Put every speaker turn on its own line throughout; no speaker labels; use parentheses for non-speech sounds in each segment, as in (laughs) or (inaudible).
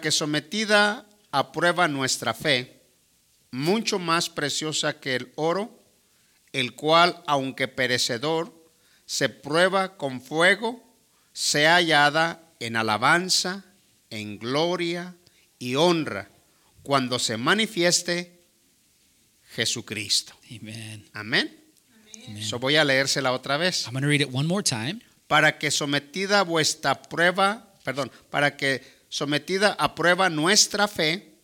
que sometida a prueba nuestra fe, mucho más preciosa que el oro, el cual, aunque perecedor, se prueba con fuego, sea hallada en alabanza, en gloria y honra cuando se manifieste Jesucristo.
Amen.
Amén.
Amen.
Eso voy a leérsela otra vez.
I'm going to read it one more time.
Para que sometida a vuestra prueba, perdón, para que sometida a prueba nuestra fe,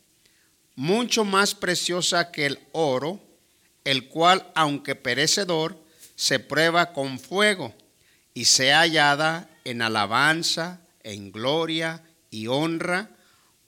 mucho más preciosa que el oro, el cual, aunque perecedor, se prueba con fuego y sea hallada en alabanza, en gloria y honra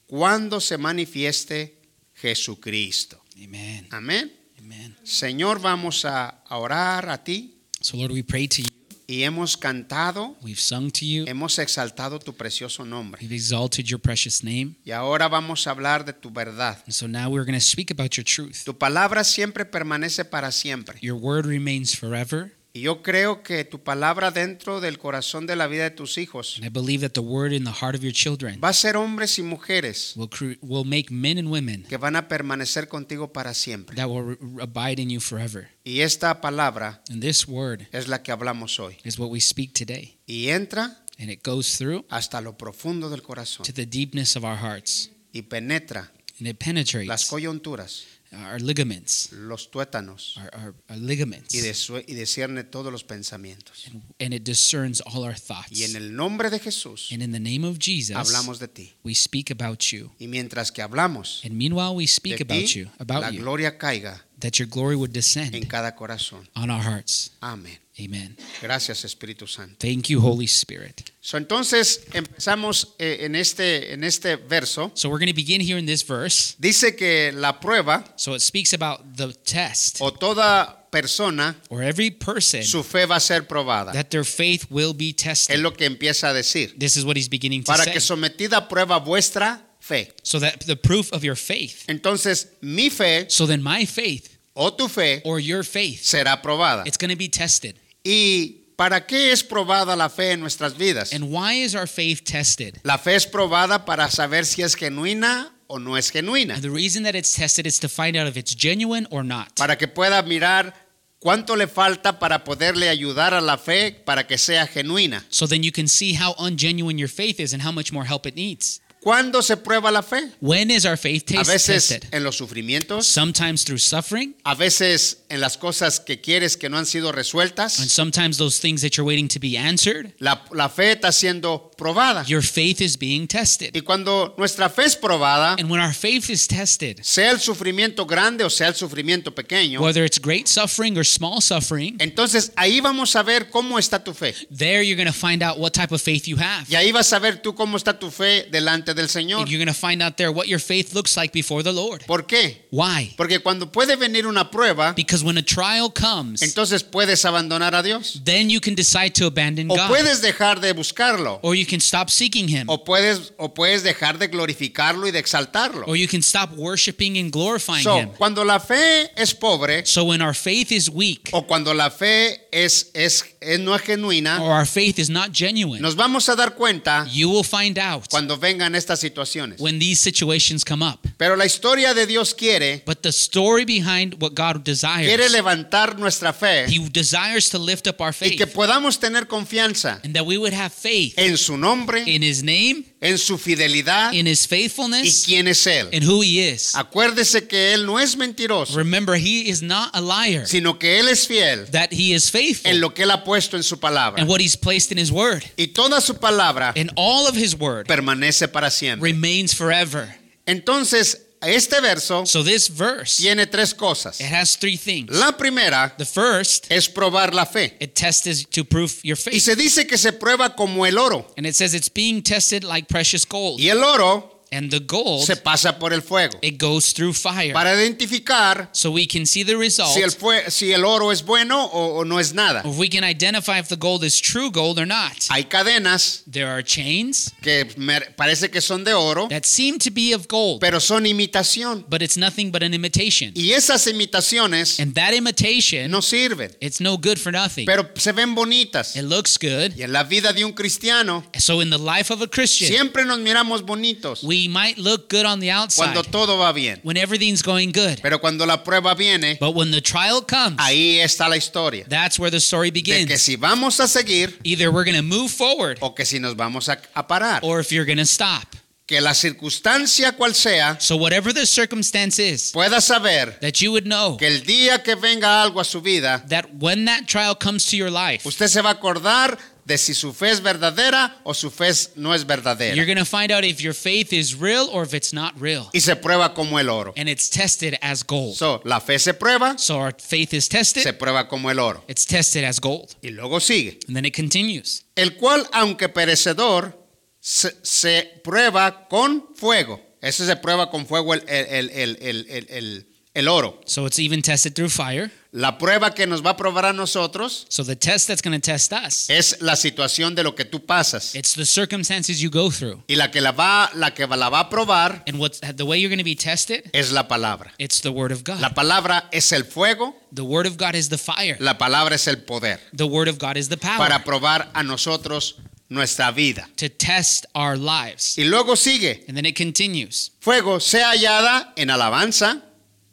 cuando se manifieste Jesucristo.
Amen.
Amén.
Amen.
Señor, vamos a a orar a ti
So, Lord, we pray to you.
y hemos cantado,
We've sung to you.
hemos exaltado tu precioso nombre.
We've exalted your precious name.
Y ahora vamos a hablar de tu verdad.
And so now we're going to speak about your truth.
Tu palabra siempre permanece para siempre.
Your word remains forever.
Y yo creo que tu palabra dentro del corazón de la vida de tus hijos
And I believe that the word in the heart of your children
va a ser hombres y mujeres
will, cre- will make men and women
que van a permanecer contigo para siempre.
that will re- abide in you forever.
Y esta palabra
And this word
es la que hablamos hoy.
is what we speak today.
Y entra
And it goes through
hasta lo profundo del corazón
to the deepness of our hearts.
y penetra
And it
las
penetrates
coyunturas,
our ligaments,
los tuétanos
our, our, our
y,
ligaments.
desue- y discierne todos los pensamientos.
And it discerns all
Y
our
en
thoughts.
el nombre de Jesús
And in the name of Jesus,
hablamos de ti.
we speak about you.
Y mientras que hablamos
And meanwhile, we
de
speak about
ti,
you, about
la
you,
gloria caiga
that your glory would
en
descend
cada corazón.
on our hearts.
Amén.
Amen.
Gracias Espíritu Santo.
Thank you, Holy Spirit.
So, entonces empezamos eh, en este, en este verso.
So we're going to begin here in this verse.
Dice que la prueba
So it speaks about the test
o toda persona,
or every person
su fe va a ser probada.
that their faith will be
Es
tested.
lo que empieza a decir.
This is what he's beginning to
Para que
say.
sometida a prueba vuestra fe.
So that the proof of your faith.
Entonces mi fe
So then my faith
o tu fe
or your faith,
será probada.
it's going to be tested.
¿Y para qué es probada la fe en nuestras vidas?
And why is our faith tested?
La fe es probada para saber si es genuina o no es genuina,
And the reason that it's tested is to find out if it's genuine or not.
para que pueda mirar cuánto le falta para poderle ayudar a la fe para que sea genuina.
So then you can see how ungenuine your faith is and how much more help it needs.
¿Cuándo se prueba la fe?
When is our faith
A
tas-
veces
tested?
en los sufrimientos,
Sometimes through suffering,
a veces en las cosas que quieres que no han sido
and
resueltas.
sometimes those things that you're waiting to be answered,
La, la fe está siendo probada.
your faith is being tested.
Y cuando nuestra fe es probada,
And when our faith is tested,
sea el sufrimiento grande o sea el sufrimiento pequeño,
whether it's great suffering or small suffering,
Entonces ahí vamos a ver cómo está tu fe.
there you're going to find out what type of faith you have.
Y ahí vas a ver tú cómo está tu fe delante del Señor.
And you're going to find out there what your faith looks like before the Lord.
¿Por qué?
Why?
Porque cuando puede venir una prueba,
Because when a trial comes,
entonces puedes abandonar a Dios.
then you can decide to abandon
O
God,
puedes dejar de buscarlo.
or you can stop seeking Him.
O puedes, o puedes dejar de glorificarlo y de exaltarlo.
or you can stop worshiping and glorifying
So,
him.
cuando la fe es pobre
So when our faith is weak
o cuando la fe es, es, es no es genuina,
or our faith is not genuine,
nos vamos a dar cuenta
you will find out
cuando vengan estas situaciones.
when these situations come up.
Pero la historia de Dios quiere,
But the story behind what
quiere
God desires,
levantar nuestra fe.
he desires to lift up our
y que
faith
podamos tener confianza
and that we would have faith
en su nombre,
in his name,
en su fidelidad
in his
y
faithfulness,
quién es él.
and who he is.
Acuérdese que él no es mentiroso,
Remember, he is not a liar,
sino que él es fiel
that he is
en
faithful
lo que él ha puesto en su palabra.
and what he's placed in his word.
Y toda su palabra
And all of his word
permanece para siempre.
remains forever.
Entonces, este verso
So this verse, it
tiene tres cosas.
has three things.
La primera
The first,
es probar la fe.
it tests is to prove your
Y
faith.
se dice que se prueba como el oro.
And it says it's being tested like precious gold.
Y el oro
And the gold,
se pasa por el fuego.
it goes through fire.
Para identificar
So we can see the result.
si el, fue- si el oro es bueno o- o no es nada.
If we can identify if the gold is true gold or not.
Hay cadenas
There are chains
que me- parece que son de oro,
that seem to be of gold,
pero son imitación.
but it's nothing but an imitation.
Y esas imitaciones
And that imitation,
no sirven,
it's no good for nothing.
pero se ven bonitas.
It looks good.
Y en la vida de un cristiano
So in the life of a Christian,
siempre nos miramos bonitos,
we we might look good on the outside
cuando todo va bien.
when everything's going good.
Pero cuando la prueba viene,
But when the trial comes,
ahí está la historia.
that's where the story
De que
begins.
si vamos a seguir
Either we're going to move forward
o que si nos vamos a, a parar.
or if you're going to stop.
Que la circunstancia cual sea,
So, whatever the circumstance is,
pueda saber
that you would know
que el día que venga algo a su vida,
that when that trial comes to your life,
usted se va a acordar de si su fe es verdadera o su fe es- no es
you're
verdadera.
going to find out if your faith is real or if it's not real.
Y se prueba como el oro.
And it's tested as gold.
So, la fe se prueba,
So, our faith is
se
tested,
prueba como el oro.
it's tested as gold.
Y luego sigue.
And then it continues.
el cual aunque perecedor se, se prueba con fuego. Eso se prueba con fuego el, el- el- el- el- el- el oro.
So, it's even tested through fire.
La prueba que nos va a probar a nosotros
So, the test that's going to test us,
es la situación de lo que tú pasas.
it's the circumstances you go through.
Y la que la va, la que la va a probar
And what's the way you're going to be tested?
es la palabra.
It's the word of God.
La palabra es el fuego,
The word of God is the fire.
la palabra es el poder
The word of God is the power
para probar a nosotros nuestra vida.
to test our lives.
Y luego sigue,
And then it continues.
Fuego sea hallada en alabanza,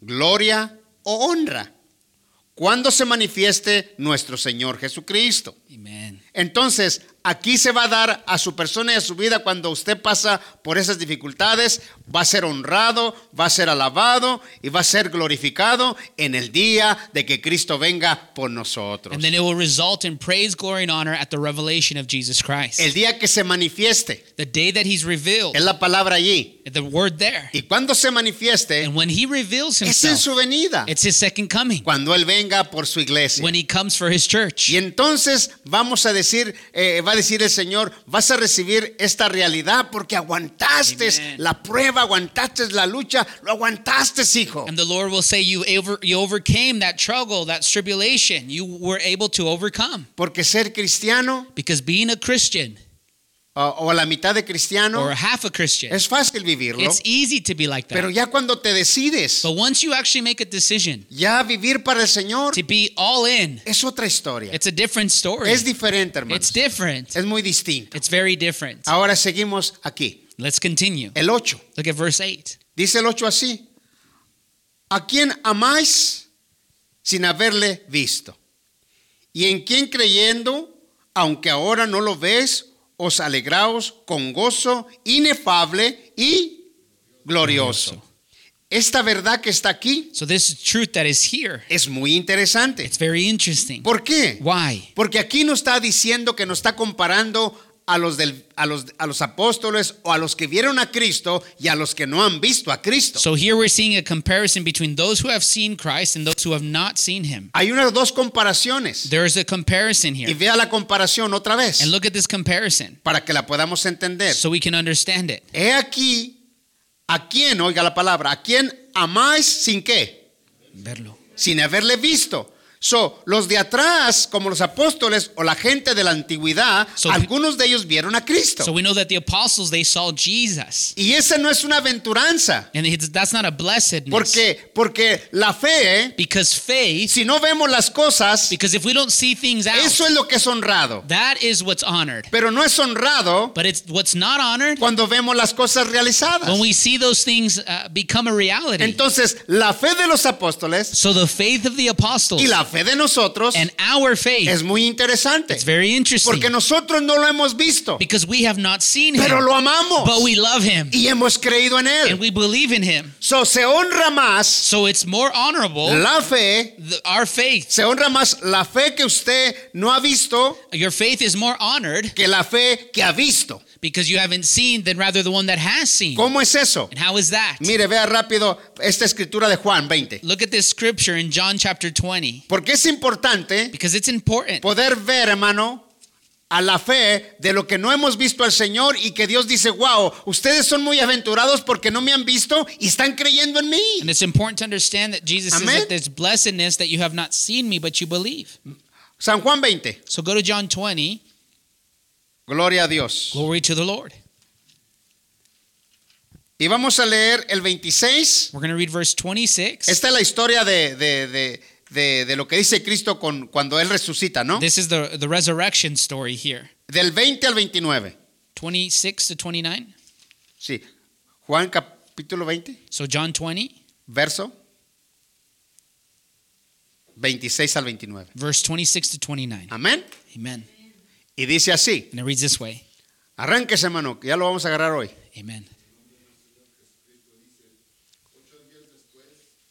gloria o honra, cuando se manifieste nuestro Señor Jesucristo.
Amen.
Entonces, aquí se va a dar a su persona y a su vida cuando usted pasa por esas dificultades, va a ser honrado, va a ser alabado y va a ser glorificado en el día de que Cristo venga por nosotros.
And then it will result in praise, glory, and honor at the revelation of Jesus Christ.
El día que se manifieste,
the day that he's revealed,
es la palabra allí.
the word there.
Y cuando se manifieste,
And when he
es
reveals
en
himself,
su venida,
it's his second coming,
cuando Él venga por su iglesia.
when he comes for his church.
Y entonces vamos a decir, eh, va a decir el Señor, vas a recibir esta realidad porque aguantaste
Amen.
la prueba, aguantaste la lucha, lo aguantaste, hijo.
And the Lord will say, you, over, you overcame that struggle, that tribulation. You were able to overcome.
Porque ser cristiano
Because being a Christian
o, o la mitad de cristiano
or half a Christian,
es fácil vivirlo,
it's easy to be like that.
pero ya cuando te decides
But once you actually make a decision
ya vivir para el Señor
to be all in,
es otra historia,
it's a different story.
es diferente, hermano,
It's different.
es muy distinto.
It's very different.
Ahora seguimos aquí,
Let's continue.
el 8.
Look at verse 8.
Dice el 8 así. ¿A quién amáis sin haberle visto? ¿Y en quién creyendo, aunque ahora no lo ves, os alegraos con gozo inefable y glorioso? Esta verdad que está aquí
So, this truth that is here,
es muy interesante.
it's very interesting.
¿Por qué?
Why?
Porque aquí no está diciendo que nos está comparando a los, del- a los- a los apóstoles o a los que vieron a Cristo y a los que no han visto a Cristo.
So, here we're seeing a comparison between those who have seen Christ and those who have not seen him.
Hay unas dos comparaciones.
There is a comparison
Y
here.
vea la comparación otra vez
And look at this comparison
para que la podamos entender.
so we can understand it.
He aquí a quién, oiga la palabra, a quién amáis sin qué,
Verlo.
sin haberle visto. So, los de atrás, como los apóstoles o la gente de la antigüedad,
So-
algunos de ellos vieron a Cristo.
So, we know that the apostles, they saw Jesus.
y esa no es una aventuranza,
And it's, that's not a blessedness.
porque porque la fe,
Because faith
si no vemos las cosas,
Because if we don't see things out,
eso es lo que es honrado.
that is what's honored.
Pero no es honrado
But it's what's not honored
cuando vemos las cosas realizadas.
when we see those things uh, become a reality.
Entonces, la fe de los apóstoles
so the faith of the apostles
y la fe de nosotros
and our faith
es muy interesante.
it's very interesting
Porque nosotros no lo hemos visto,
because we have not seen
pero
him,
lo amamos
but we love him
y hemos creído en
and
él.
we believe in him.
So, se honra más
So it's more honorable
la fe,
the, our faith.
se honra más la fe que usted no ha visto
Your faith is more honored
que la fe que ha visto.
because you haven't seen than rather the one that has seen.
¿Cómo es eso?
And how is that?
Mire, vea rápido esta escritura de Juan 20.
Look at this scripture in John chapter 20
Porque es importante
because it's important.
poder ver, hermano, a la fe de lo que no hemos visto al Señor y que Dios dice, wow, ustedes son muy aventurados porque no me han visto y están creyendo en
And
mí.
it's important to understand that Jesus
Amen.
says that there's blessedness that you have not seen me, but you believe.
San Juan 20,
So go to John 20.
gloria a Dios.
Glory to the Lord.
Y vamos a leer el 26.
We're going to read verse 26.
Esta es la historia de, de- de- de- de lo que dice Cristo con, cuando Él resucita, ¿no?
This is the, the resurrection story here.
Del 20 al 29.
26 to 29.
Sí. Juan capítulo 20,
So John 20,
verso 26 al 29.
verse 26 to 29.
Amén.
Amen.
Y dice así,
And it reads this way.
arránquese hermano, que ya lo vamos a agarrar hoy.
Amen.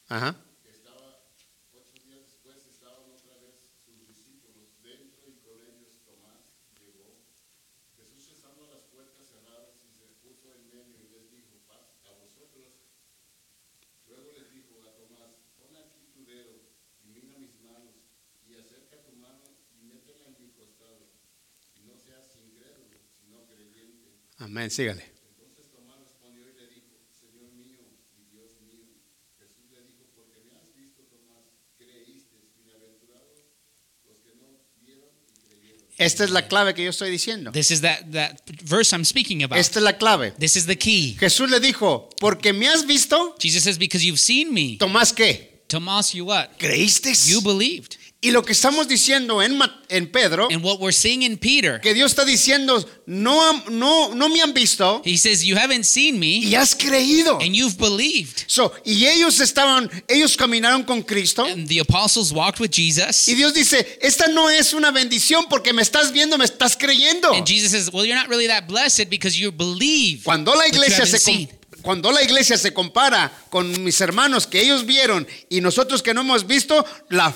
Ajá. Amén, sígale. Esta es la clave que yo estoy diciendo.
This is that, that verse I'm speaking about.
Esta es la clave.
This is the key.
Jesús le dijo, porque me has visto,
Jesus says, Because you've seen me.
Tomás, ¿qué?
Tomas, you what?
¿Creíste?
You believed.
Y lo que estamos diciendo en, Ma- en Pedro,
And what we're seeing in Peter,
que Dios está diciendo, no, am- no, no me han visto
he says, You haven't seen me
y has creído.
and you've believed.
So, y ellos estaban, ellos caminaron con Cristo.
And the apostles walked with Jesus.
Y Dios dice, esta no es una bendición porque me estás viendo, me estás creyendo.
And Jesus says, Well, you're not really that blessed because you believe.
Cuando la
But you
iglesia
haven't
se com-
seen.
cuando la iglesia se compara con mis hermanos que ellos vieron y nosotros que no hemos visto, la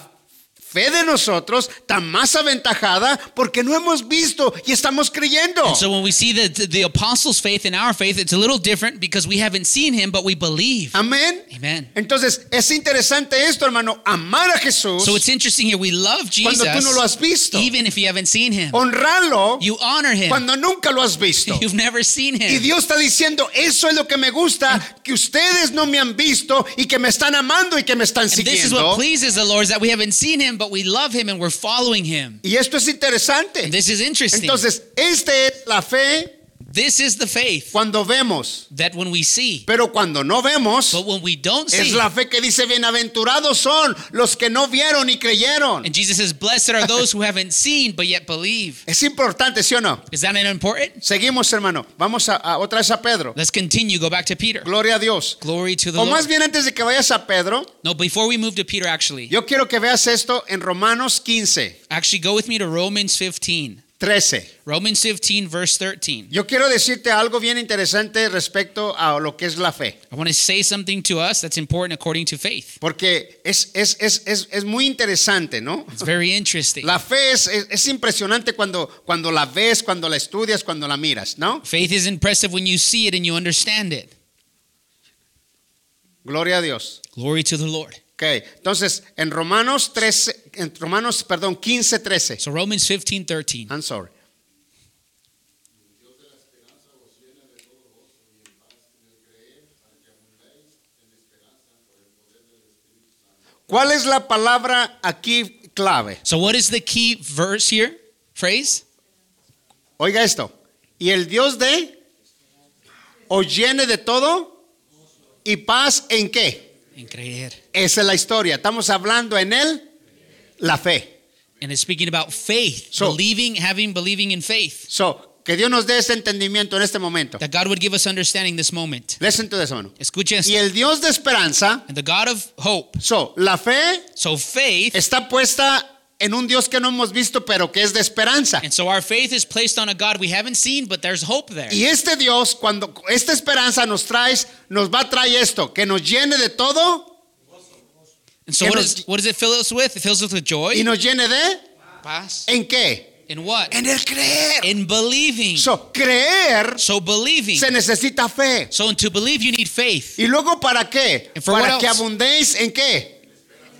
fe de nosotros está más aventajada porque no hemos visto y estamos creyendo.
And so when we see the, the, the apostles' faith and our faith, it's a little different because we haven't seen him, but we believe.
Amén.
Amen.
Entonces, es interesante esto, hermano, amar a Jesús
So it's interesting here. We love
cuando tú no lo
Jesus
has visto.
even if you haven't seen him.
Honrarlo
You honor him.
cuando nunca lo has visto.
You've never seen
Y
him.
Dios está diciendo, eso es lo que me gusta, que ustedes no me han visto y que me están amando y que me están
And this is what
siguiendo.
pleases the Lord is that we haven't seen him, but we love him and we're following him.
Y esto es interesante.
And this is interesting.
Entonces, esta es la fe
This is the faith
cuando vemos,
that when we see,
pero cuando no vemos,
but when we don't
es
see,
la fe que dice, bienaventurados son los que no vieron y creyeron.
and Jesus says, Blessed are those who haven't seen but yet believe.
Es importante, ¿sí o no?
Is that not important?
Seguimos, hermano. Vamos a, a- otra vez a Pedro.
Let's continue. Go back to Peter.
Gloria a Dios.
Glory to the
O más
Lord.
bien antes de que vayas a Pedro,
No, before we move to Peter, actually,
yo quiero que veas esto en Romanos 15,
actually go with me to Romans 15.
13.
Romans 15, verse 13.
Yo quiero decirte algo bien interesante respecto a lo que es la fe,
I want to say something to us that's important according to faith.
porque es, es, es, es, es muy interesante, ¿no?
It's very interesting.
La fe es, es, es impresionante cuando, cuando la ves, cuando la estudias, cuando la miras, ¿no?
Faith is impressive when you see it and you understand it.
Gloria a Dios.
Glory to the Lord.
Ok, entonces en Romanos 13, en Romanos, perdón, 15, 13.
So Romans 15, 13.
I'm sorry. ¿Cuál es la palabra aquí clave?
So what is the key verse here? Phrase?
Oiga esto. Y el Dios de os llene de todo y paz en qué?
En creer.
Esa es la historia. Estamos hablando en él la fe.
And it's speaking about faith.
So-
believing, having, believing in faith.
So, que Dios nos dé ese entendimiento en este momento.
That God would give us understanding this moment.
Listen to this, hermano.
Escuchen
Y
esto.
el Dios de esperanza,
And the God of hope.
so, la fe
So faith,
está puesta en un Dios que no hemos visto, pero que es de esperanza.
and so our faith is placed on a God we haven't seen, but there's hope there.
Y este Dios, cuando esta esperanza nos traes, nos va a traer esto, que nos llene de todo
And so
que
what,
nos-
is, what does it fill us with? It fills us with joy.
y nos llene de
Paz.
¿en qué?
In what?
En el creer.
In believing.
So, creer
So believing.
se necesita fe.
So to believe you need faith.
¿Y luego para qué?
And for
Para
what
que
else?
abundéis en qué?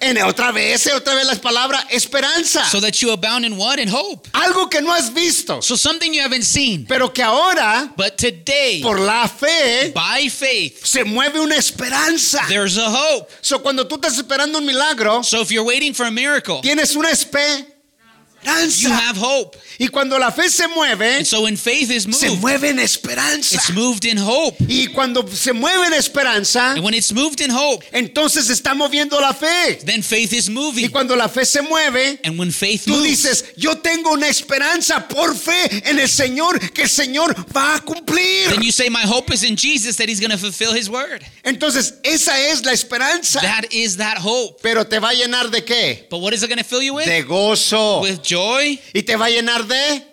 En otra vez, otra vez la palabra esperanza.
So that you abound in what? In hope.
Algo que no has visto,
So something you haven't seen.
pero que ahora
But today,
por la fe
by faith,
se mueve una esperanza.
there's a hope.
So, cuando tú estás esperando un milagro,
So if you're waiting for a miracle,
tienes una esperanza.
You
esperanza.
have hope.
Y cuando la fe se mueve,
And so when faith is
se
moved,
mueve en esperanza.
it's moved in hope.
Y cuando se mueve en esperanza,
And when it's moved in hope,
entonces está moviendo la fe.
then faith is
Y
moving.
cuando la fe se mueve,
And when faith
tú
moves,
dices, yo tengo una esperanza por fe en el Señor que el Señor va a
then
cumplir.
you say, My hope is in Jesus that He's going to fulfill His word.
Entonces, esa es la esperanza.
That is that hope.
Pero te va a llenar de qué?
But what is it going to fill you with?
De gozo.
With joy,
Y te va a llenar de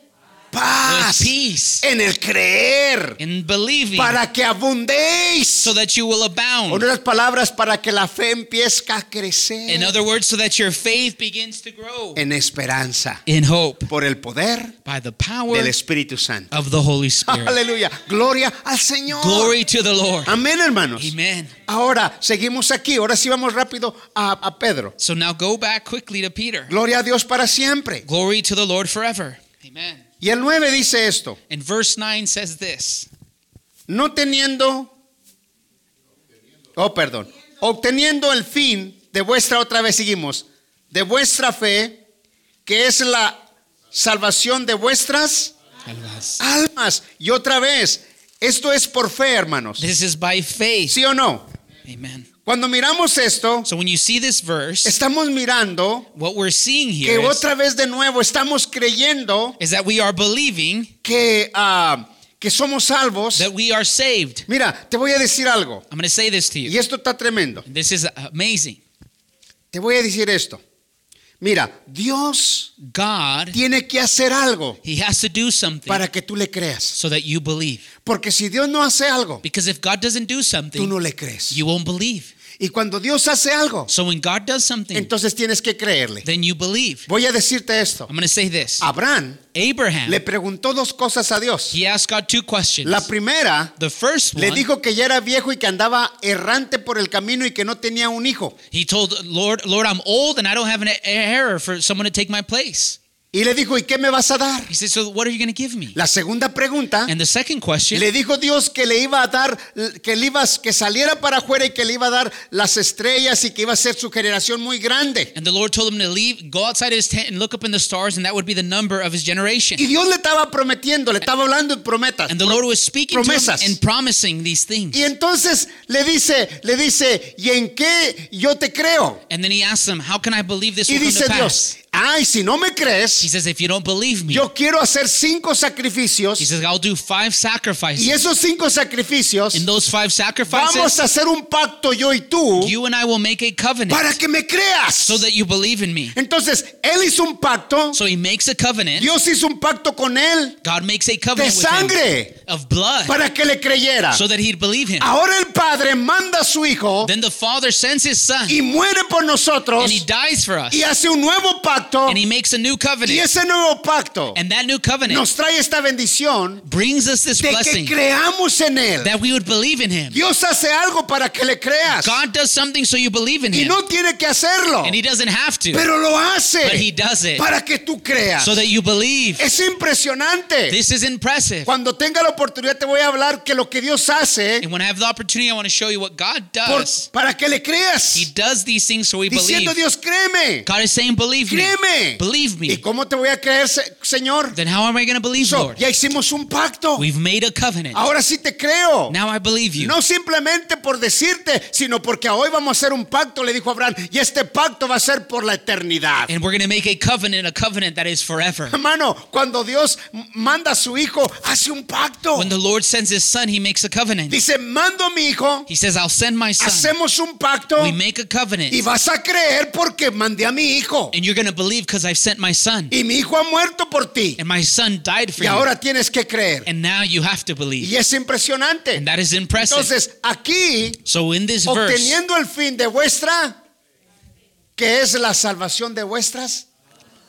paz
with peace,
en el creer
in believing,
para que abundéis.
so that you will
En
abound.
otras palabras, para que la fe empiece a crecer
In other words, so that your faith begins to grow
en esperanza
in hope
por el poder
by the power
del Espíritu Santo.
of the Holy Spirit.
Aleluya. Gloria al Señor.
Glory to the Lord.
Amén, hermanos.
Amen.
Ahora seguimos aquí. Ahora sí vamos rápido a, a Pedro.
So now go back quickly to Peter.
Gloria a Dios para siempre.
Glory to the Lord forever. Amen.
Y el 9 dice esto:
And verse 9 says this
No teniendo. Oh, perdón. Obteniendo el fin de vuestra, otra vez seguimos, de vuestra fe, que es la salvación de vuestras almas. Y otra vez, esto es por fe, hermanos.
This is by faith.
¿Sí o no?
Amen.
Cuando miramos esto,
So when you see this verse,
estamos mirando
what we're seeing
que
here is,
otra vez de nuevo estamos creyendo
is that we are believing
que, ah, que somos salvos.
that we are saved.
Mira, te voy a decir algo.
I'm going to say this to
Y
you.
esto está tremendo.
This is amazing.
Te voy a decir esto. Mira, Dios
God,
tiene que hacer algo
He has to do something
para que tú le creas.
so that you believe.
Porque si Dios no hace algo,
Because if God doesn't do
tú
something,
no le crees.
you won't believe.
Y cuando Dios hace algo,
So when God does something,
entonces tienes que creerle.
then you believe.
Voy a decirte esto.
I'm going to say this.
Abraham Ah, le
Abraham,
preguntó dos cosas a Dios.
he asked God two questions.
La primera,
The first
le
one,
dijo que ya era viejo y que andaba errante por el camino y que no tenía un hijo.
he told Lord, Lord, I'm old and I don't have an heir for someone to take my place.
Y le dijo, ¿y qué me vas a dar?
He said, so what are you going to give me?
La segunda pregunta,
And the second question,
le dijo Dios que le iba a dar, que le iba, que saliera para afuera y que le iba a dar las estrellas y que iba a ser su generación muy grande.
and the Lord told him to leave, go outside his tent and look up in the stars, and that would be the number of his generation.
Y Dios le estaba prometiendo, le estaba hablando en prometas.
And the Lord was speaking to him
promesas.
and promising these things.
Y entonces le dice, le dice, ¿y en qué yo te creo?
And then he asked him, How can I believe this
Y
will come
dice
to
Dios,
pass?
ay, si no me
He
crees,
says, If you don't believe me,
yo quiero hacer cinco
he
sacrificios
says, I'll do five
y
sacrifices.
esos cinco sacrificios
In those five
vamos
sacrifices,
a hacer un pacto yo y tú
you and I will make a covenant
para que me creas.
so that you believe in me.
Entonces, él hizo un pacto,
So he makes a covenant.
Dios hizo un pacto con él
God makes a
de
covenant with him
sangre
of blood
para que le creyera.
so that he'd believe him.
Ahora el Padre manda a su Hijo
Then the Father sends his Son
y muere por
and he
nosotros
dies for us
y hace un nuevo pacto
and he makes a new
y
covenant.
ese nuevo pacto
And that new covenant
nos trae esta bendición
brings us this
de que
blessing
creamos en él.
that we would believe in him.
Dios hace algo para que le creas
God does something so you believe in
y
him.
no tiene que hacerlo,
And he doesn't have to,
pero lo
but he
hace
does it
para que tú creas.
so that you believe.
Es impresionante.
This is impressive.
Cuando tenga la oportunidad te voy a hablar que lo que Dios hace
And when I have the opportunity, I want to show you what God
por-
does.
para que le
He
creas.
does these things so we
Diciendo
believe.
Dios, créeme,
God is saying, believe me.
créeme.
Believe
¿Y
me.
cómo te voy a creer, se- Señor?
Then how am I going to believe,
So,
Lord?
ya hicimos un pacto.
We've made a covenant.
Ahora sí te creo.
Now I believe you.
No simplemente por decirte, sino porque hoy vamos a hacer un pacto, le dijo Abraham, y este pacto va a ser por la eternidad.
And we're going to make a covenant, a covenant that is forever.
Hermano, cuando Dios manda a su hijo, hace un pacto.
When the Lord sends his son, he makes a covenant.
Dice, mando a mi hijo,
He says, I'll send my son.
hacemos un pacto
We make a covenant.
y vas a creer porque mandé a mi hijo.
And you're going to believe because I've sent my son.
Y mi hijo ha muerto por ti.
And my son died for
Y
you.
ahora tienes que creer.
And now you have to believe.
Y es impresionante.
And that is impressive.
Entonces, aquí,
So in this verse,
obteniendo el fin de vuestra, que es la salvación de vuestras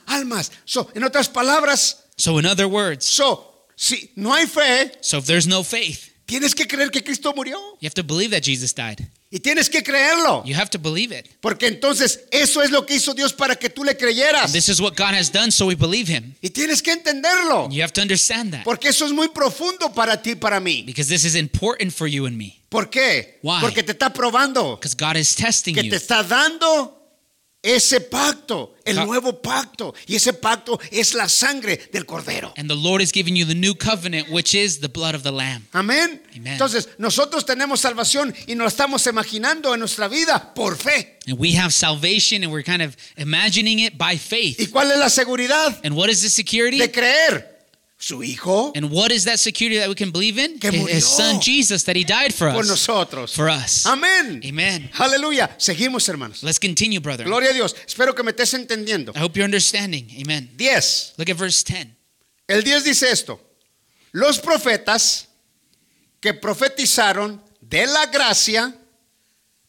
almas. So, en otras palabras,
so in other words,
so, si no hay fe,
so if there's no faith,
tienes que creer que Cristo murió.
you have to believe that Jesus died.
Y tienes que creerlo.
You have to believe it.
Porque entonces eso es lo que hizo Dios para que tú le creyeras.
And this is what God has done, so we believe him.
Y tienes que entenderlo.
You have to understand that.
Porque eso es muy profundo para ti y para mí.
Because this is important for you and me.
¿Por qué?
Why?
Porque te está probando.
Because God is testing
Que te
you.
está dando Ese pacto, el
Ca-
nuevo pacto. Y ese pacto es la sangre del cordero.
And the Lord is giving you the new covenant, which is the blood of the Lamb.
Amén.
Amen.
Entonces, nosotros tenemos salvación y nos estamos imaginando en nuestra vida por fe.
And we have salvation and we're kind of imagining it by
¿Y
faith.
cuál es la seguridad?
And what is the security?
De creer. Su hijo
And what is that security that we can believe in?
Que
His
murió.
son Jesus that he died for
por
us.
nosotros.
For us.
Amén.
Amen.
Aleluya. Seguimos, hermanos.
Let's continue, brother.
Gloria a Dios. Espero que me estés entendiendo.
I hope you're understanding. Amen.
10.
Look at verse 10.
El 10 dice esto. Los profetas que profetizaron de la gracia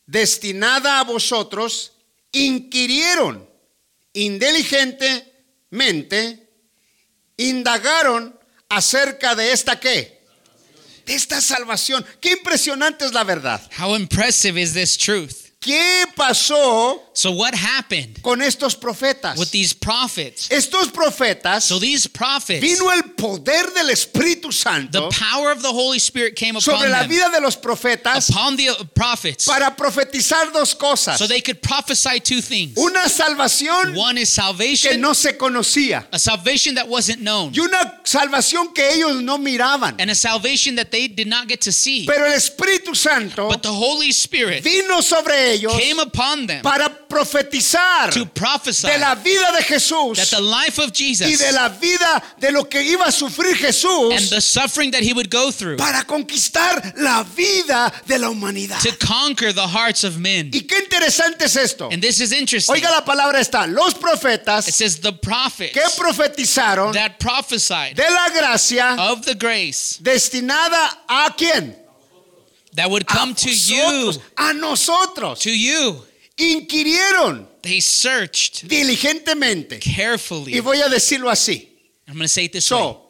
destinada a vosotros, inquirieron inteligentemente, indagaron acerca de esta qué? De esta salvación. Qué impresionante es la verdad.
How impressive is this truth?
¿Qué pasó
So, what happened
con estos profetas?
with these prophets?
Estos profetas
So, these prophets,
vino el poder del Espíritu
the
Santo
power of the Holy Spirit came upon
sobre la
them,
vida de los profetas
upon the uh, prophets,
para profetizar dos cosas.
so they could prophesy two things.
Una salvación
One is
que
salvation,
no se conocía
a salvation that wasn't known,
y una salvación que ellos no miraban.
and a salvation that they did not get to see.
Pero el Espíritu Santo
But the Holy Spirit
vino sobre ellos
came upon them
para profetizar
to prophesy
de la
that
vida de Jesús
the life of
y
Jesus
de la vida de lo que iba a sufrir
and
Jesús
the suffering that he would go through
para conquistar la vida de la humanidad.
to conquer the hearts of men.
Y qué interesante es esto.
And this is interesting.
Oiga la palabra está, los
It
profetas
says the prophets
que profetizaron
that prophesied
de la gracia
of the grace
destinada a quién?
that would come to you,
Nosotros, a nosotros.
to you.
Inquirieron
They searched
diligentemente.
carefully.
Y voy a decirlo así.
I'm going to say it this way.
So,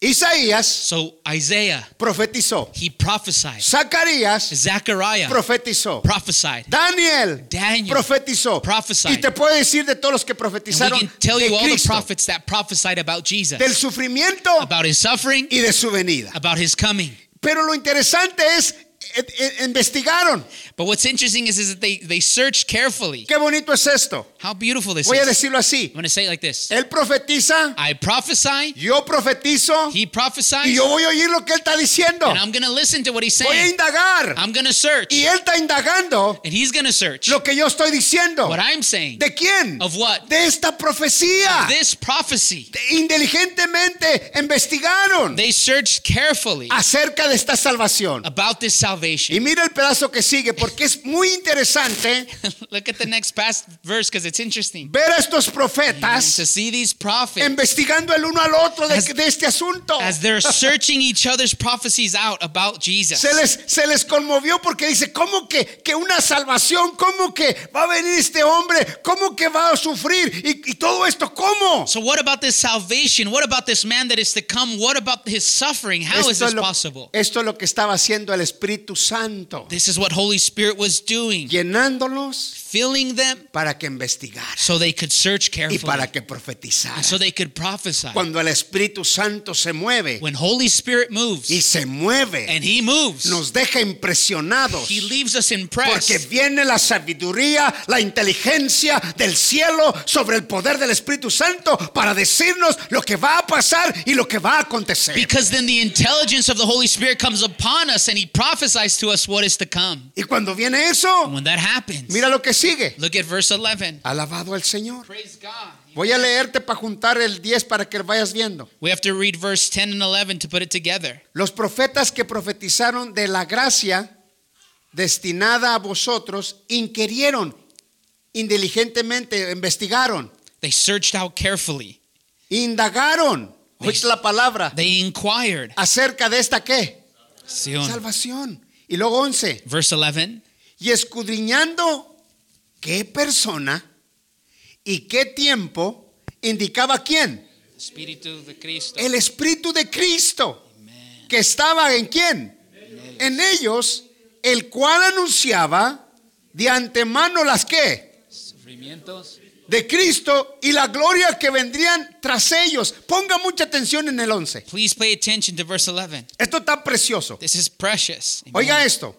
Isaías
So Isaiah,
profetizó.
he prophesied.
Zacarías
Zechariah
profetizó.
prophesied.
Daniel
Daniel
profetizó.
prophesied.
Y te puedo decir de todos los que
And
profetizaron
we can tell
de
you all the
Cristo,
prophets that prophesied about Jesus,
del sufrimiento
about his suffering,
y de su venida.
about his coming.
Pero lo interesante es, eh, eh, investigaron.
But what's interesting is, is that they, they searched carefully.
Qué bonito es esto.
How beautiful this
Voy a
is.
decirlo así.
I'm going to say it like this.
Él profetiza,
I prophesy,
yo profetizo
he prophesies,
y yo voy a oír lo que él está diciendo.
and I'm going to listen to what he's
Voy a
saying.
indagar.
I'm going to search,
Y él está indagando
and he's going to search
lo que yo estoy diciendo.
what I'm saying
¿De quién?
of what
De esta profecía.
this prophecy.
De- Inteligentemente investigaron
They searched carefully
Ah. acerca de esta salvación.
about this
Y
salvation.
mira el pedazo que sigue porque es muy interesante
(laughs) Look at the next past verse because it's interesting.
ver a estos
And
profetas
to see these prophets
investigando el uno al otro de,
As-
de este asunto.
as they're searching each other's prophecies out about Jesus.
Se les, se les conmovió porque dice, ¿cómo que, que una salvación? ¿Cómo que va a venir este hombre? ¿Cómo que va a sufrir? Y, y todo esto, ¿cómo?
So what about this salvation? What about this man that is to come? What about his suffering? How is
esto,
this
es lo,
possible?
esto es lo que estaba haciendo el Espíritu Santo,
This is what Holy Spirit was doing,
llenándolos
filling them
para que investigaran
so they could search
y para
carefully,
que profetizaran.
so they could prophesy.
Cuando el Espíritu Santo se mueve
When Holy Spirit
y
moves
se mueve,
and he moves,
nos deja impresionados.
he leaves us
Porque
impressed
viene la sabiduría, la inteligencia del cielo sobre el poder del Espíritu Santo para decirnos lo que va a pasar y lo que va a acontecer.
because then the intelligence of the Holy Spirit comes upon us and he prophesies to us what is to come.
Y cuando viene
And
eso,
when that happens,
mira lo que sigue.
look at verse 11.
Alabado el Señor.
Praise God.
Voy a leerte para juntar el 10 para que vayas viendo.
We have to read verse 10 and 11 to put it together.
Los profetas que profetizaron de la gracia destinada a vosotros, inquirieron, inteligentemente investigaron,
They searched out carefully.
indagaron, oíste la palabra,
They inquired.
acerca de esta qué.
Sion.
Salvación. Y luego 11.
Verse 11.
Y escudriñando qué persona y qué tiempo indicaba quién. El Espíritu de Cristo que estaba en quién. En ellos, el cual anunciaba de antemano las que de Cristo y la gloria que vendrían tras ellos. Ponga mucha atención en el 11.
Please pay attention to verse 11.
Esto está precioso.
This is precious. Amen.
Oiga esto.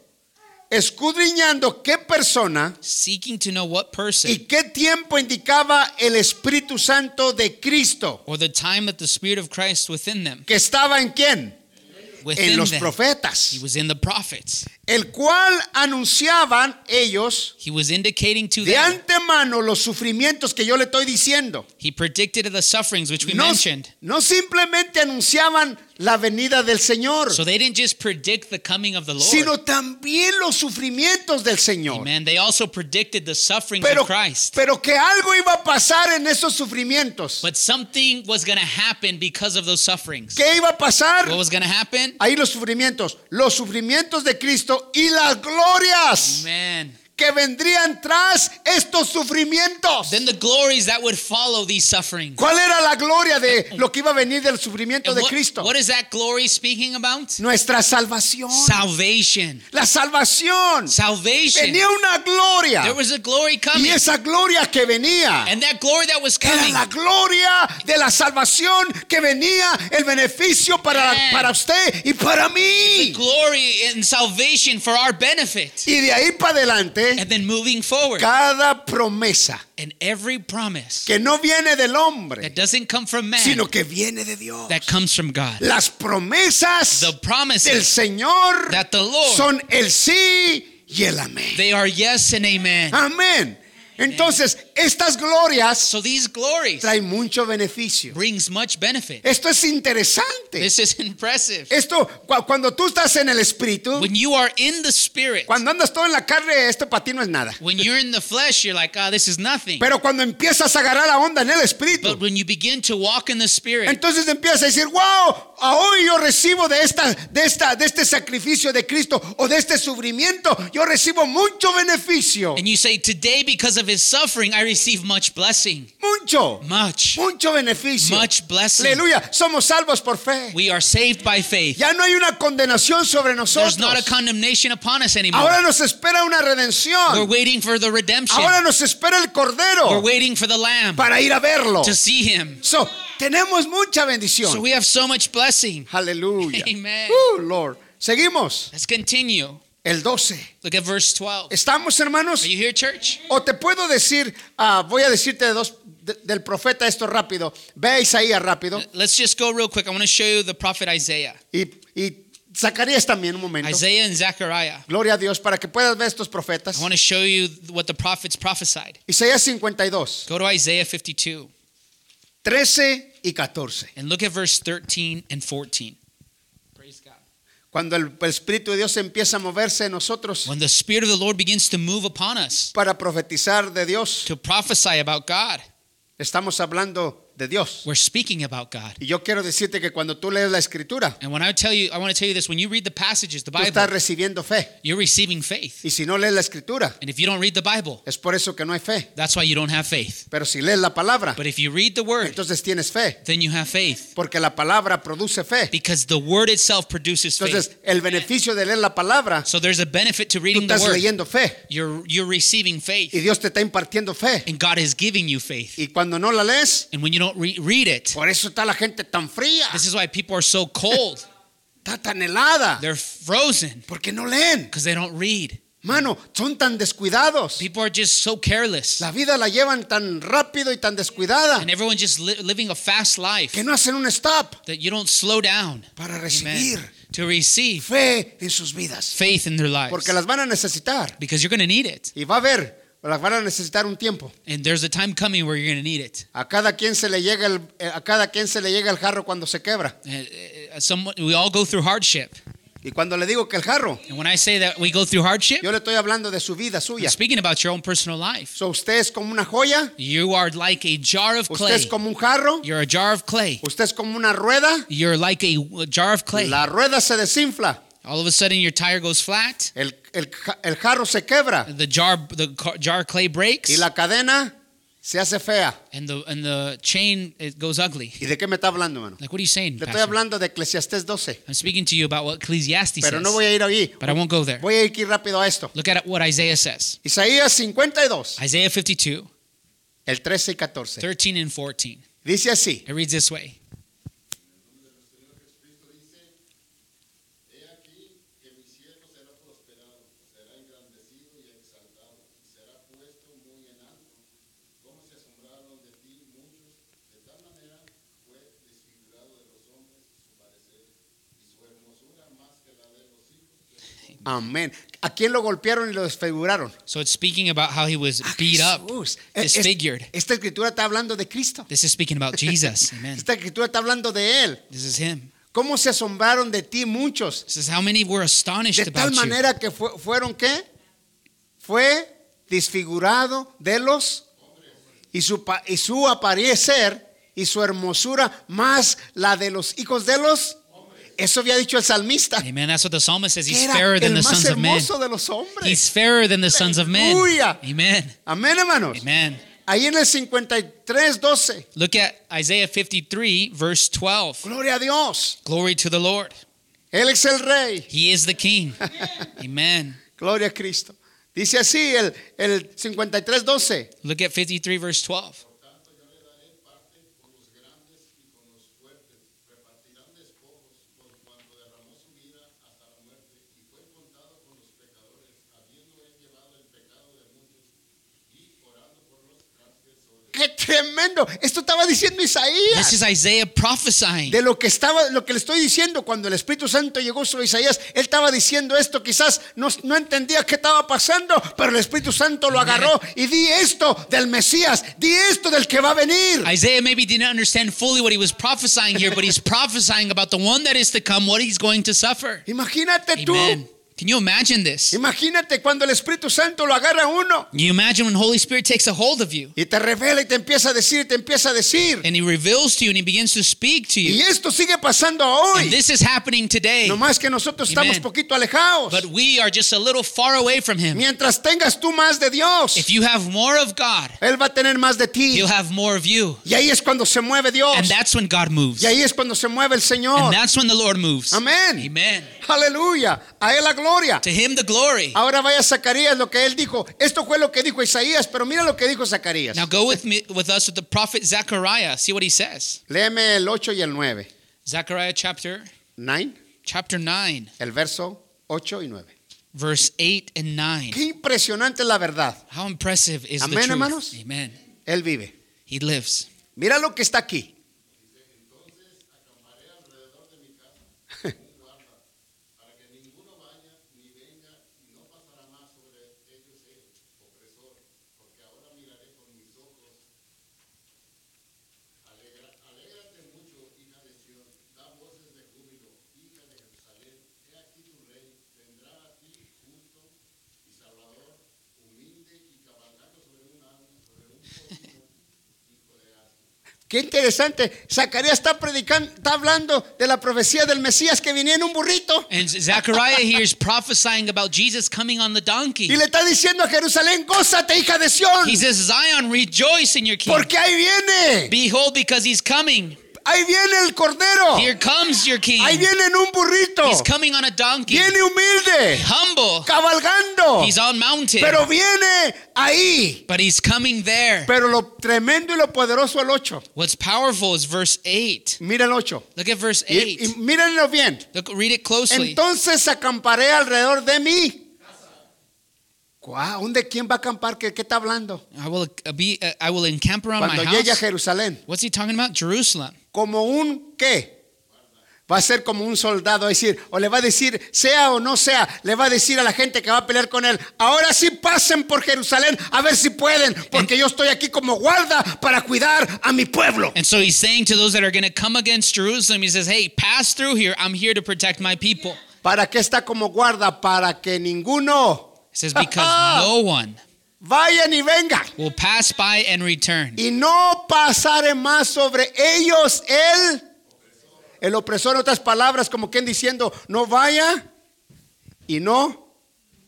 escudriñando qué persona
seeking to know what person
y qué tiempo indicaba el Espíritu Santo de Cristo,
or the time that the Spirit of Christ within them,
que estaba en quién? En
within
los
them,
profetas,
he was in the prophets.
el cual anunciaban ellos
He was indicating to
de
them.
antemano los sufrimientos que yo le estoy diciendo.
He predicted the sufferings which we
No,
mentioned.
no simplemente anunciaban la venida del Señor,
So they didn't just predict the coming of the Lord.
sino también los sufrimientos del Señor.
Amen. They also predicted the sufferings
Pero,
of Christ.
pero que algo iba a pasar en esos sufrimientos.
But something was going to happen because of those sufferings.
¿Qué iba a pasar?
What was going to happen?
Ahí los sufrimientos, los sufrimientos de Cristo y las glorias
Amen.
que vendrían tras estos sufrimientos.
Then the glories that would follow these sufferings.
¿Cuál era la gloria de lo que iba a venir del sufrimiento
And
de
what-
Cristo?
what is that glory speaking about?
Nuestra salvación.
Salvation.
La salvación.
Salvation.
Venía una gloria.
There was a glory
Y
coming.
esa gloria que venía
And that glory that was
era
coming.
la gloria de la salvación que venía, el beneficio para,
Amen.
para usted y para mí.
Glory and salvation for our benefit.
Y de ahí para adelante,
And then moving forward.
cada promesa
And every promise
que no viene del hombre,
that doesn't come from man,
sino que viene de Dios.
that comes from God.
Las promesas
The
del
promises
Señor
that the Lord,
son el sí y el amén.
they are yes and amen.
Ah. Amén. Entonces, estas glorias
So these glories
traen mucho beneficio.
brings much benefit.
Esto es interesante.
This is (laughs) impressive.
Esto, cu- cuando tú estás en el espíritu,
When you are in the spirit,
cuando andas todo en la carne, esto para ti no es nada.
when you're in the flesh, you're like, ah, this is nothing.
Pero cuando empiezas a agarrar la onda en el
But
espíritu,
when you begin to walk in the spirit,
entonces empiezas a decir, wow, a hoy yo recibo de esta, de esta, de este sacrificio de Cristo o de este sufrimiento, yo recibo mucho beneficio,
and you say, today, because of his suffering, I receive much blessing.
mucho,
Much,
mucho beneficio.
much blessing.
Aleluya, somos salvos por fe.
We are saved by faith.
Ya no hay una condenación sobre
There's
nosotros.
not a condemnation upon us anymore.
Ahora nos espera una
We're
redención.
waiting for the redemption.
Ahora nos espera el
We're
Cordero
waiting for the Lamb
para ir a verlo.
to see Him.
So, tenemos mucha bendición.
So we have so much blessing.
Aleluya.
Amen.
Uh, Lord. Seguimos.
Let's continue.
El 12.
Look at verse 12.
¿Estamos, hermanos?
Are you here, church?
O te puedo decir, ah, voy a decirte de dos, de- del profeta esto rápido. Ve a Isaías rápido.
Let's just go real quick. I want to show you the prophet Isaiah.
Y, y Zacarías también un momento.
Isaiah and Zechariah.
Gloria a Dios para que puedas ver estos profetas.
I want to show you what the prophets prophesied.
Isaías 52,
Go to Isaiah 52
13 y 14.
and look at verse 13 and 14. Praise God.
Cuando el, el Espíritu de Dios empieza a moverse en nosotros
When the Spirit of the Lord begins to move upon us
para profetizar de Dios,
to prophesy about God,
estamos hablando de Dios.
we're speaking about God.
Y yo quiero decirte que cuando tú lees la Escritura,
And when I tell you, I want to tell you this when you read the passages, the
tú estás
Bible,
recibiendo fe.
you're receiving faith.
Y si no lees la Escritura,
And if you don't read the Bible,
es por eso que no hay fe.
that's why you don't have faith.
Pero si lees la palabra,
But if you read the Word,
entonces tienes fe,
then you have faith.
porque la palabra produce fe.
Because the Word itself produces faith.
Entonces, el beneficio de leer la palabra,
So there's a benefit to
tú
reading the
estás
Word.
leyendo fe
You're, you're receiving
y
faith.
Dios te está impartiendo fe.
And God is giving you faith.
Y cuando no la lees,
And when you don't re- read it,
por eso está la gente tan fría,
this is why people are
(laughs)
so cold.
está tan helada,
They're frozen
porque no leen.
because they don't read.
Mano, son tan descuidados.
People are just so careless.
La vida la llevan tan rápido y tan descuidada
And everyone's just li- living a fast life
que no hacen un stop
that you don't slow down.
para
Amen.
recibir
To receive
fe en sus vidas,
faith in their lives.
porque las van a necesitar
Because you're going to need it.
y va a haber, las van a necesitar un tiempo.
And there's a time coming where you're going to need it.
A cada quien se le llega el, eh, a cada quien se le llega el jarro cuando se quebra.
Uh, uh, Someone, we all go through hardship.
Y cuando le digo que el jarro,
And when I say that we go through hardship,
yo le estoy hablando de su vida
I'm
suya.
speaking about your own personal life.
So, usted es como una joya,
You are like a jar of
usted
clay.
es como un jarro,
You're a jar of clay.
usted es como una rueda.
You're like a w- jar of clay.
La rueda se desinfla,
All of a sudden, your tire goes flat.
el, el ja- el jarro se quebra
The jar, the car, jar of clay
y
breaks,
la cadena se hace fea.
and the and the chain it goes ugly.
¿Y de qué me está hablando, hermano?
Like what are you saying,
Le
Pastor?
estoy hablando de Eclesiastés 12,
I'm speaking to you about what Ecclesiastes
pero
says,
no voy a ir ahí.
but I won't go there.
Voy a ir aquí rápido a esto.
Look at what Isaiah says.
Isaías 52,
Isaiah 52,
el 13 y 14.
13 and 14.
Dice así.
It reads this way.
He aquí que mi siervo será prosperado, será engrandecido.
Amén. ¿A quién lo golpearon y lo desfiguraron?
So it's speaking about how he was
A
beat up,
Ah, Jesús. Es- es-
disfigured.
Esta escritura está hablando de Cristo.
This is speaking about
(laughs)
Jesus. Amen.
Esta escritura está hablando de Él.
This is him.
¿Cómo se asombraron de ti muchos?
This is how many were astonished
De tal
about you.
manera que fue- fueron qué? Fue desfigurado de los y su, pa- y su aparecer y su hermosura más la de los hijos de los. Eso había dicho el salmista.
Amen. That's what the psalmist says.
Que
He's
era
fairer than
el
the
más
sons of men.
hermoso de los hombres.
He's fairer than the sons of men.
Hallelujah.
Amen.
Amén, hermanos.
Amen.
Ahí en el 53, 12.
Look at Isaiah 53, verse 12.
Gloria a Dios.
Glory to the Lord.
Él es el rey.
He is the king. Amen.
Gloria a Cristo. Dice así el, el 53, 12.
Look at 53, verse 12.
¡Qué tremendo! Esto estaba diciendo
This
Isaías.
is Isaiah prophesying.
De lo que estaba, lo que le estoy diciendo cuando el Espíritu Santo llegó sobre Isaías, él estaba diciendo esto, quizás no, no entendía qué estaba pasando, pero el Espíritu Santo lo agarró y di esto del Mesías, di esto del que va a venir.
Isaiah maybe didn't understand fully what he was prophesying here, but he's prophesying about the one that is to come, what he's going to suffer.
Imagínate tú,
Amen. Can you imagine this?
imagínate cuando el Espíritu Santo lo agarra a uno
Can you imagine when Holy Spirit takes a hold of you
y te revela y te empieza a decir, y te empieza a decir.
and he reveals to you and he begins to speak to
Y
you.
esto sigue pasando hoy.
And this is happening today.
Nomás que nosotros estamos
Amen.
poquito alejados.
But we are just a little far away from him.
Mientras tengas tú más de Dios,
If you have more of God,
Él va a tener más de ti.
he'll have more of you.
Y ahí es cuando se mueve Dios.
And that's when God moves.
Y ahí es cuando se mueve el
And
Señor.
that's when the Lord moves.
Amén.
Amen.
Aleluya. A Él la gloria.
To him the glory.
Ahora vaya Zacarías lo que Él dijo. Esto fue lo que dijo Isaías, pero mira lo que dijo Zacarías.
Now go with me with us with the prophet Zechariah. See what he says.
Léeme el 8 y el 9.
Zechariah chapter
9,
chapter 9,
el verso 8 y 9.
verse 8 and 9.
Qué impresionante es la verdad.
How impressive is
Amén,
the truth.
hermanos.
Amen.
Él vive.
He lives.
Mira lo que está aquí. Qué interesante. Zacarías está predicando, está hablando de la profecía del Mesías que venía en un burrito. (laughs)
And Zechariah here is prophesying about Jesus coming on the donkey.
Y le está diciendo a Jerusalén, gózate, hija de Sión,
He says, Zion, rejoice in your king.
porque ahí viene,
Behold, because he's coming.
ahí viene el Cordero,
Here comes your king.
Oh. ahí viene en un burrito,
He's coming on a donkey.
viene humilde,
Humble.
cabalgando,
He's on mountain.
pero viene ahí.
But he's coming there.
Pero lo tremendo y lo poderoso el 8,
What's powerful is verse 8.
mira el 8,
Look at verse
y,
8.
y mírenlo bien.
Look, read it closely.
Entonces acamparé alrededor de mí. ¿Cuá- ¿Dónde quién va a acampar? ¿Qué, qué está hablando?
I will uh, be uh, I will encamp around my
Cuando llegue a
house.
Jerusalén.
What's he talking about? Jerusalem.
como un qué. Va a ser como un soldado, a decir, o le va a decir, sea o no sea, le va a decir a la gente que va a pelear con él, ahora sí pasen por Jerusalén a ver si pueden, porque yo estoy aquí como guarda para cuidar a mi pueblo.
And so he's saying to those that are going to come against Jerusalem, he says, "Hey, pass through here. I'm here to protect my people."
¿Para qué está como guarda? Para que ninguno
He
(laughs)
says, "Because no one
vaya ni venga.
will pass by and return,
Y no pasaré más sobre ellos el, el opresor, en otras palabras, como quien diciendo, no vaya y no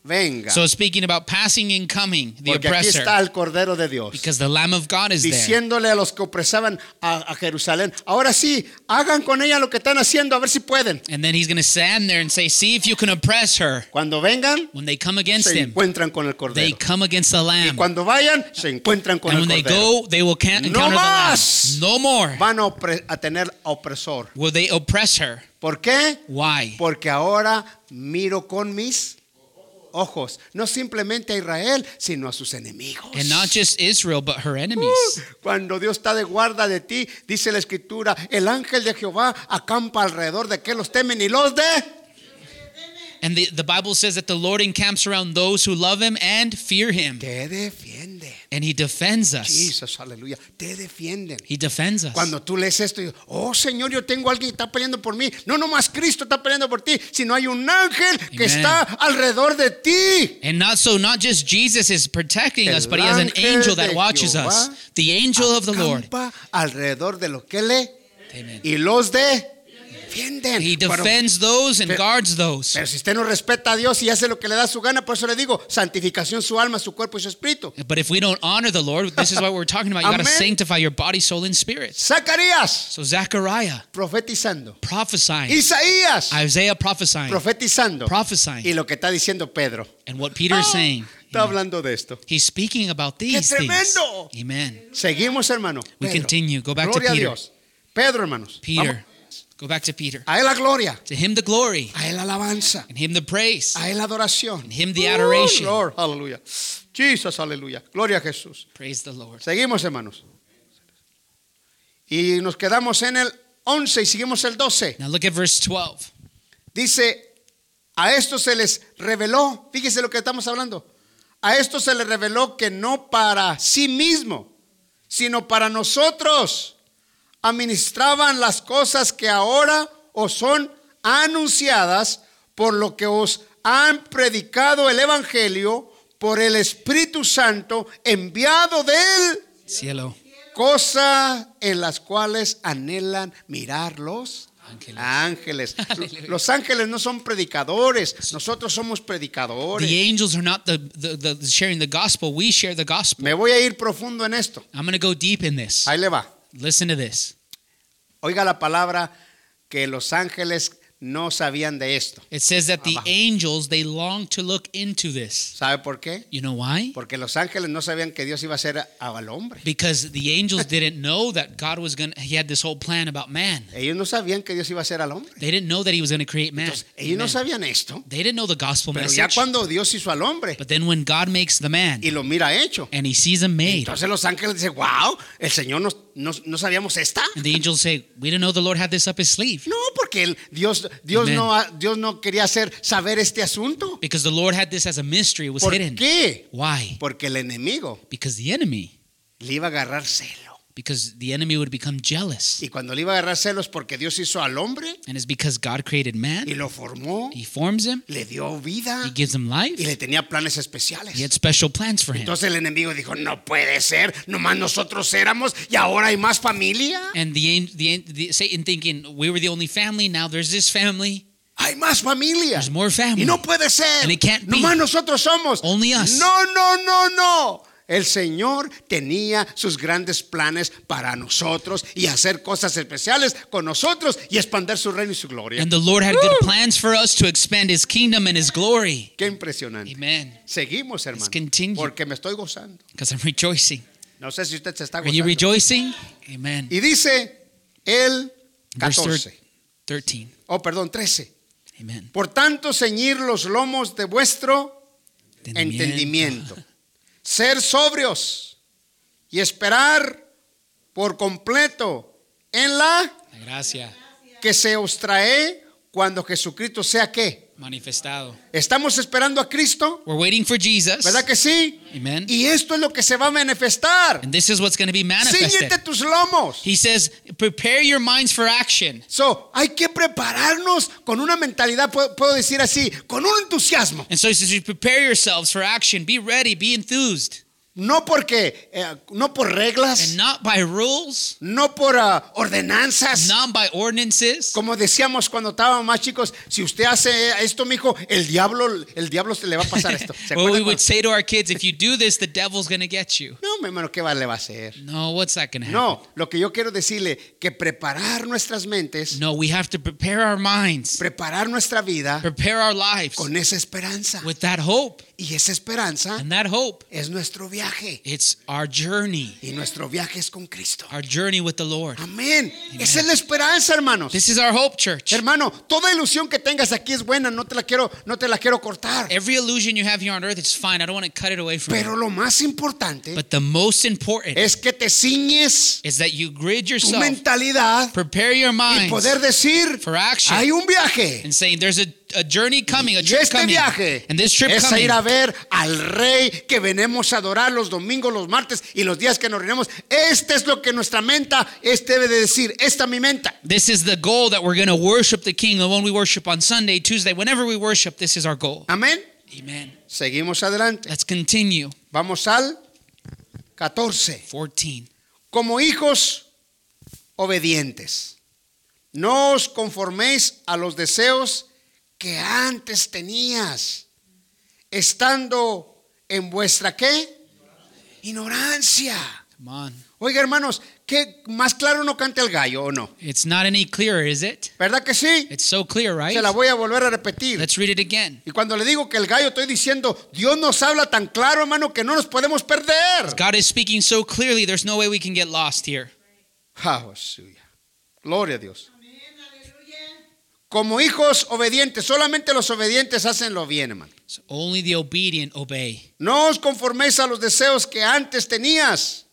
venga.
So it's speaking about passing and coming, the
Porque aquí
oppressor,
está el Cordero de Dios.
because the Lamb of God is there.
Diciéndole a los que opresaban a, a Jerusalén, ahora sí, hagan con ella lo que están haciendo, a ver si pueden.
And then he's going to stand there and say, See if you can oppress her.
Cuando vengan,
When they come against
se
him,
encuentran con el
they
Cordero.
come against the
Y
Lamb.
cuando vayan, se encuentran con el
And when they
Cordero.
go, they will can-
No
encounter
más.
the Lamb. No more
Van a, opre- a tener a opresor.
will they oppress her.
¿Por qué?
Why?
Porque ahora miro con mis ojos, no simplemente a Israel, sino a sus enemigos.
And not just Israel, but her enemies.
Cuando Dios está de guarda de ti, dice la escritura, el ángel de Jehová acampa alrededor de que los temen y los de
And the, the Bible says that the Lord encamps around those who love him and fear him.
Te defienden.
And he defends us.
Jesus, aleluya. Te defienden.
He defends us.
Cuando tú lees esto, y- oh Señor, yo tengo a alguien que está peleando por mí. No nomás Cristo está peleando por ti, sino hay un ángel que
Amen.
está alrededor de ti.
And not so, not just Jesus is protecting
El
us, but he has an
ángel
angel
de
that watches
Jehová
us. The angel of the Lord.
Acampa alrededor de lo que le
Amen.
y los de defienden.
He
Pero-
defends those and
Pero-
guards those.
pero si usted no respeta a Dios y hace lo que le da su gana, por eso le digo, santificación su alma, su cuerpo y su espíritu.
But if we don't honor the Lord, this is what we're talking about. You got to
Amen.
sanctify your body, soul, and spirit.
Zacarías
So Zechariah
profetizando.
prophesying,
Isaías
Isaiah prophesying,
profetizando. Y
prophesying,
lo que está diciendo Pedro.
and what Peter is
Ah,
saying.
Está hablando de esto.
He's speaking about these things.
tremendo!
Amen.
Seguimos, hermano.
We
Pedro.
continue. Go back to
Gloria a
Peter.
Dios. Pedro, hermanos.
Peter.
Vamos.
Go back to Peter.
A él la gloria,
To him the glory,
a él la alabanza,
and him the praise,
a él la adoración.
and him the adoration.
Oh, Lord, aleluya. Jesus, aleluya. Gloria a Jesús.
Praise the Lord.
Seguimos, hermanos. Y nos quedamos en el 11 y seguimos el 12.
Now look at verse 12.
Dice, a esto se les reveló, fíjese lo que estamos hablando, a esto se les reveló que no para sí mismo, sino para nosotros administraban las cosas que ahora os son anunciadas por lo que os han predicado el Evangelio por el Espíritu Santo enviado de él,
Cielo.
cosas en las cuales anhelan mirarlos.
Ángeles.
Ángeles.
(laughs) Aleluya.
Los ángeles no son predicadores. Nosotros somos predicadores.
The angels are not the, the, the sharing the gospel. We share the gospel.
Me voy a ir profundo en esto.
I'm going to go deep in this.
Ahí le va.
Listen to this.
Oiga la palabra que los ángeles no sabían de esto.
It says that the
Abajo.
angels they long to look into this.
¿Sabe por qué?
You know why?
Porque los ángeles no sabían que Dios iba a hacer a- al hombre.
Because the angels didn't know that God was going to he had this whole plan about man.
Ellos no sabían que Dios iba a hacer al hombre.
They didn't know that he was going to create man.
Entonces, ellos no
Amen.
sabían esto.
They didn't know the gospel
Pero ya
message.
cuando Dios hizo al hombre
But then when God makes the man
y lo mira hecho,
and he sees him made,
entonces los ángeles dicen, wow, el Señor nos- nos- no sabíamos esta.
and the angels say, "We didn't know the Lord had this up his sleeve."
No, porque el- Dios, Dios,
Amen.
no, ha- Dios no quería hacer saber este asunto.
Because the Lord had this as a mystery, it was
¿Por
hidden.
qué?
Why?
Porque el enemigo
Because the enemy,
le iba a agarrar celo.
because the enemy would become jealous.
Y cuando le iba a agarrar celo es porque Dios hizo al hombre
And it's because God created
y
man,
lo formó,
he forms him,
le dio vida
he gives him life,
y le tenía planes
he had
especiales.
special plans for him.
Entonces el enemigo dijo, no puede ser, nomás nosotros éramos y ahora hay más familia.
And the, an- the, an- the Satan thinking we were the only family. Now there's this family.
Hay más familia.
There's more family.
Y no puede
And
ser.
it can't be.
Nomás nosotros somos.
Only us.
No, no, no, no. El Señor tenía sus grandes planes para nosotros y hacer cosas especiales con nosotros y expandir su reino y su gloria.
And the Lord had good plans for us to expand His kingdom and His glory.
Qué impresionante.
Amen.
Seguimos, hermano.
continue.
Porque me estoy gozando.
Because I'm rejoicing.
No sé si usted se está
Are you
gozando.
rejoicing? Amen.
Y dice el
Verse
14.
13.
Oh, perdón, 13.
Amen.
Por tanto, ceñir los lomos de vuestro
Entendimiento.
entendimiento. Ser sobrios y esperar por completo en la
La gracia
que se os trae cuando Jesucristo sea que.
manifestado.
Estamos esperando a Cristo,
We're waiting for Jesus.
¿verdad que sí?
Amen.
Y esto es lo que se va a manifestar.
And this is what's going to be manifested.
Cíñete tus lomos.
He says, prepare your minds for action.
So, hay que prepararnos con una mentalidad, puedo, puedo decir así, con un entusiasmo.
And so he says, you prepare yourselves for action. Be ready. Be enthused.
No porque, eh, no por
And
reglas,
not by rules,
no por ah, ordenanzas.
not by ordinances.
Como decíamos cuando estábamos más chicos, si usted hace esto, mijo, el diablo, el diablo se le va a pasar esto. ¿Se
(laughs) well, we
acuerdan cuando-
would say to our kids, if you do this, the devil's going to get you.
No, mi hermano, ¿qué va, le va a hacer?
No, what's that going to happen?
No, lo que yo quiero decirle, que preparar nuestras mentes,
No, we have to prepare our minds,
preparar nuestra vida
prepare our lives
con esa esperanza.
with that hope.
Y esa esperanza
And that hope,
es nuestro viaje.
it's our journey,
Y nuestro viaje es con Cristo.
our journey with the Lord.
Amén. Esa es la esperanza, hermanos.
This is our hope, church.
Hermano, toda ilusión que tengas aquí es buena, no te la quiero, no te la quiero cortar.
Every illusion you have here on earth, it's fine. I don't want to cut it away from
Pero
you.
lo más importante
But the most important
es que te ciñes
is that you grid
tu
yourself,
mentalidad
prepare your
y
minds
poder decir
for action,
hay un viaje
and saying there's a a journey coming, a
Y
trip
este
coming.
viaje
And this trip
es a
coming
ir a ver al rey que venimos a adorar los domingos, los martes y los días que nos reunimos. Este es lo que nuestra menta es, debe de decir. Esta es mi menta.
This is the goal that we're going to worship the King, the one we worship on Sunday, Tuesday, whenever we worship, this is our goal.
Amén.
Amen.
Seguimos adelante.
Let's continue.
Vamos al 14.
14.
Como hijos obedientes, no os conforméis a los deseos que antes tenías, estando en vuestra qué? Ignorancia.
Come on.
Oiga, hermanos, que más claro no canta el gallo o no?
It's not any clearer, is it?
¿Verdad que sí?
It's so clear, right?
Se la voy a volver a repetir.
Let's read it again.
Y cuando le digo que el gallo, estoy diciendo, Dios nos habla tan claro, hermano, que no nos podemos perder.
God is speaking so clearly, there's no way we can get lost here.
Ah, suya. Gloria a Dios. Como hijos obedientes, solamente los obedientes hacen lo bien, hermano.
So only the obedient obey.
No os conforméis a los deseos que antes tenías,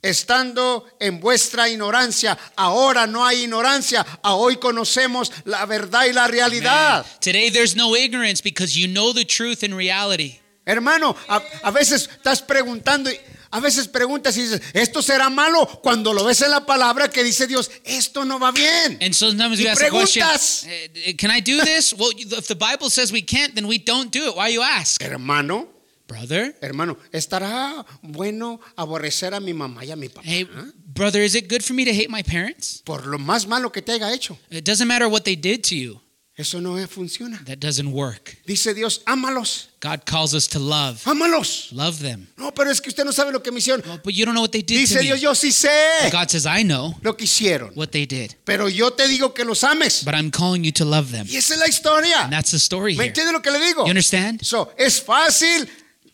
estando en vuestra ignorancia. Ahora no hay ignorancia, a hoy conocemos la verdad y la realidad.
Man, Today, there's no ignorance because you know the truth and reality.
Hermano, a, a veces estás preguntando, y- a veces preguntas y dices, esto será malo cuando lo ves en la palabra que dice Dios, esto no va bien.
And sometimes we
Y
ask the question,
preguntas.
"Eh, can I do this? Well, you- if the Bible says we can't, then we don't do it. Why you ask?
Hermano,
Brother,
hermano, ¿estará bueno aborrecer a mi mamá y a mi papá? ¿Ah?
hey, brother, is it good for me to hate my parents?
Por lo más malo que te haya hecho.
It doesn't matter what they did to you.
Eso no es- funciona.
That doesn't work.
Dice Dios, ámalos,
God calls us to love.
ámalos.
Love them.
No, pero es que usted no sabe lo que me hicieron.
Well, but you don't know what they did
Dice
to
Dios,
me.
yo sí sé
God says, I know
lo que hicieron.
what they did,
Pero yo te digo que los ames.
but I'm calling you to love them.
Y esa es la historia.
And that's the story
¿Me
here.
entiende lo que le digo?
You understand?
So, es fácil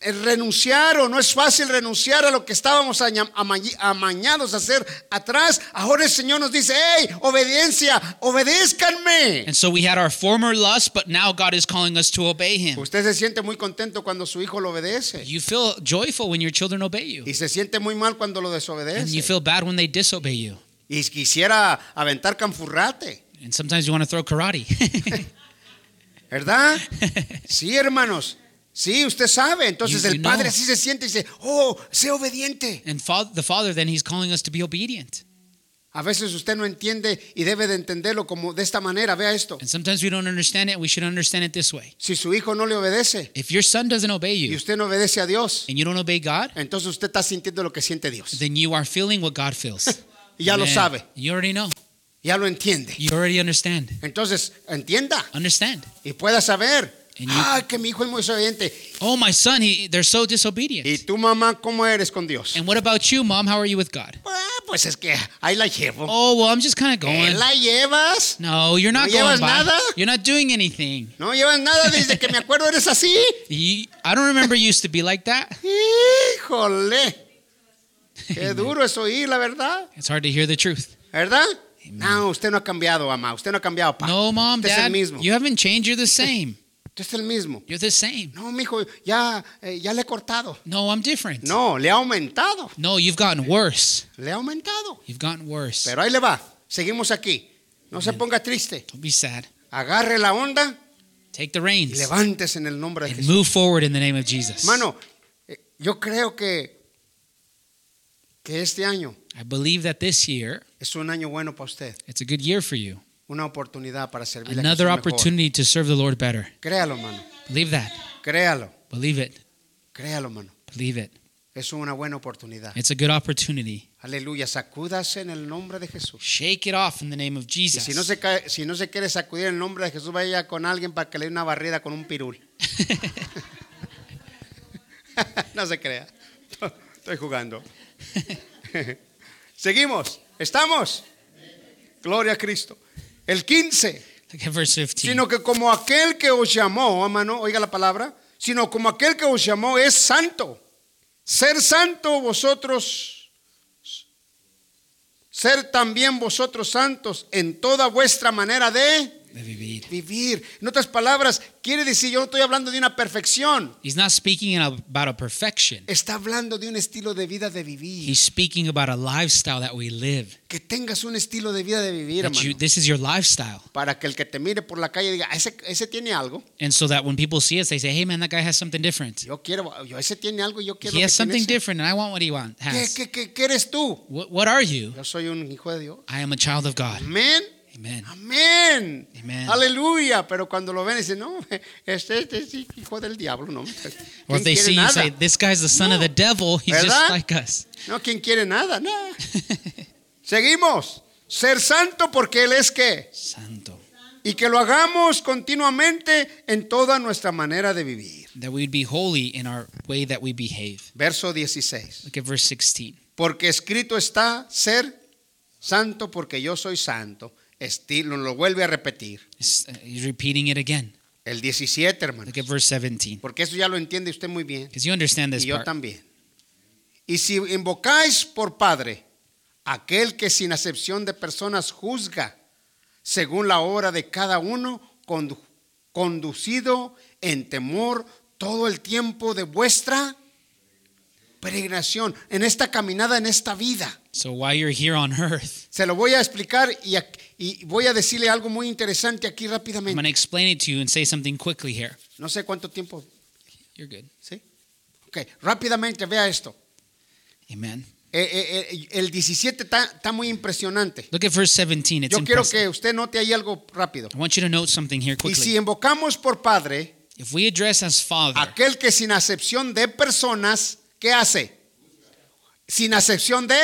eh, renunciar o no es fácil renunciar a lo que estábamos aña- amañi- amañados a hacer atrás. Ahora el Señor nos dice, hey, obediencia, obedézcanme.
And so we had our former lust, but now God is calling us to obey Him.
Usted se siente muy contento cuando su hijo lo obedece
You feel joyful when your children obey you,
y se siente muy mal cuando lo
and
desobedece
you feel bad when they disobey you.
y quisiera aventar canfurrate,
And sometimes you want to throw karate. (laughs)
¿verdad? Sí, hermanos. Sí, usted sabe. Entonces
You-
el
you
padre
know.
así se siente y dice, oh, sé obediente.
and fa- the Father, then He's calling us to be obedient.
A veces usted no entiende y debe de entenderlo como de esta manera. Vea esto.
And sometimes we don't understand it. We should understand it this way:
Si su hijo no le obedece
If your son doesn't obey
y
you,
usted no obedece a Dios,
and you don't obey God,
entonces usted está sintiendo lo que siente Dios.
then you are feeling what God feels.
Y (laughs) ya lo
Man,
sabe,
You already know.
ya lo entiende.
You already understand.
Entonces, entienda
Understand.
y pueda saber.
And you-
Ah, que mi hijo es muy obediente.
Oh, my son, he, they're so disobedient.
¿Y tu mamá cómo eres con Dios?
and what about you, mom? How are you with God?
Ah, pues es que ahí la llevo.
Oh, well, I'm just kind of
Ahí
going.
Eh, la llevas?
No, you're not
¿No llevas
going by.
nada?
You're not doing anything.
No llevas nada desde que me acuerdo eres así.
You- I don't remember you used to be like that.
Híjole. Qué
Amen.
duro es oír, la verdad.
It's hard to hear the truth.
¿Verdad? No, usted no ha cambiado, mamá. Usted no ha cambiado, papá.
No, mom,
Usted es el
dad,
mismo.
you haven't changed. You're the same.
Usted es el mismo.
You're the same.
No, mijo, ya, eh, ya le he cortado.
No, I'm different.
No, le ha aumentado.
No, you've gotten worse.
Le ha aumentado.
You've gotten worse.
Pero ahí le va. Seguimos aquí. No se ponga triste.
Don't be sad.
Agarre la onda
Take the
y
reins
levántese en el nombre de
and
Jesús.
move forward in the name of Jesus.
Hermano, eh, yo creo que, que este año
I believe that this year,
es un año bueno para usted.
it's a good year for you.
Una oportunidad para servir a Jesús
Another
mejor.
opportunity to serve the Lord better.
Créalo, hermano.
Believe that.
Créalo.
Believe it.
Créalo, hermano.
Believe it.
Es una buena oportunidad.
It's a good opportunity.
Aleluya. Sacúdase en el nombre de Jesús.
Shake it off in the name of
Y
Jesus.
si no, se cae- si no se quiere sacudir el nombre de Jesús, vaya con alguien para que le dé una barrida con un pirul. (laughs) no se crea. Estoy jugando. Seguimos. ¿Estamos? Gloria a Cristo. El 15.
(laughs) Look at verse 15.
Sino que como aquel que os llamó, oh, hermano, oiga la palabra, sino como aquel que os llamó es santo. Ser santo vosotros, ser también vosotros santos en toda vuestra manera de
de vivir.
Vivir. En otras palabras, quiere decir, yo no estoy hablando de una perfección.
He's not speaking about a perfection.
Está hablando de un estilo de vida de vivir.
He's speaking about a lifestyle that we live.
Que tengas un estilo de vida de vivir,
That you,
hermano.
this is your lifestyle.
Para que el que te mire por la calle diga, ese, ese tiene algo.
And so that when people see us, they say, hey, man, that guy has something different.
Yo quiero, yo, ese tiene algo, yo quiero.
He
lo
has
que tiene
something
ese".
different, and I want what he want,
¿Qué,
has.
qué, qué, qué eres tú?
What, what are you?
Yo soy un hijo de Dios.
I am a child of God.
Amén.
Amen.
Amén.
Amen.
Aleluya. Pero cuando lo ven, dicen, no, este, este es hijo del diablo, no.
Or
¿Quién
if they
quiere
see you
nada?
say, this guy's the son of the devil, he's
¿Verdad?
just like us. (laughs)
No, ¿quién quiere nada? Nah. Seguimos. Ser santo porque Él es que.
Santo.
Y que lo hagamos continuamente en toda nuestra manera de vivir.
That we'd be holy in our way that we behave.
Verso 16.
Look at verse 16.
Porque escrito está ser santo porque yo soy santo. Estilo, lo vuelve a repetir.
It's- uh, he's repeating it again.
El 17, hermano.
Look at verse 17.
Porque eso ya lo entiende usted muy bien.
Because you understand this
Y yo
part.
también. Y si invocáis por Padre aquel que sin acepción de personas juzga según la obra de cada uno, condu- conducido en temor todo el tiempo de vuestra peregrinación, en esta caminada, en esta vida.
So while you're here on earth,
Se lo voy a explicar y, ac- y voy a decirle algo muy interesante aquí
I'm going
rápidamente.
to explain it to you and say something quickly here.
No sé cuánto tiempo.
You're good.
¿Sí? Ok, rápidamente vea esto.
Amen.
Eh, eh, eh, el 17 está, está muy impresionante.
Look at verse 17. It's
Yo quiero
impressive.
que usted note ahí algo rápido.
I want you to note something here
Y
quickly.
si invocamos por Padre,
if we address as Father,
aquel que sin acepción de personas, ¿qué hace? Sin acepción de,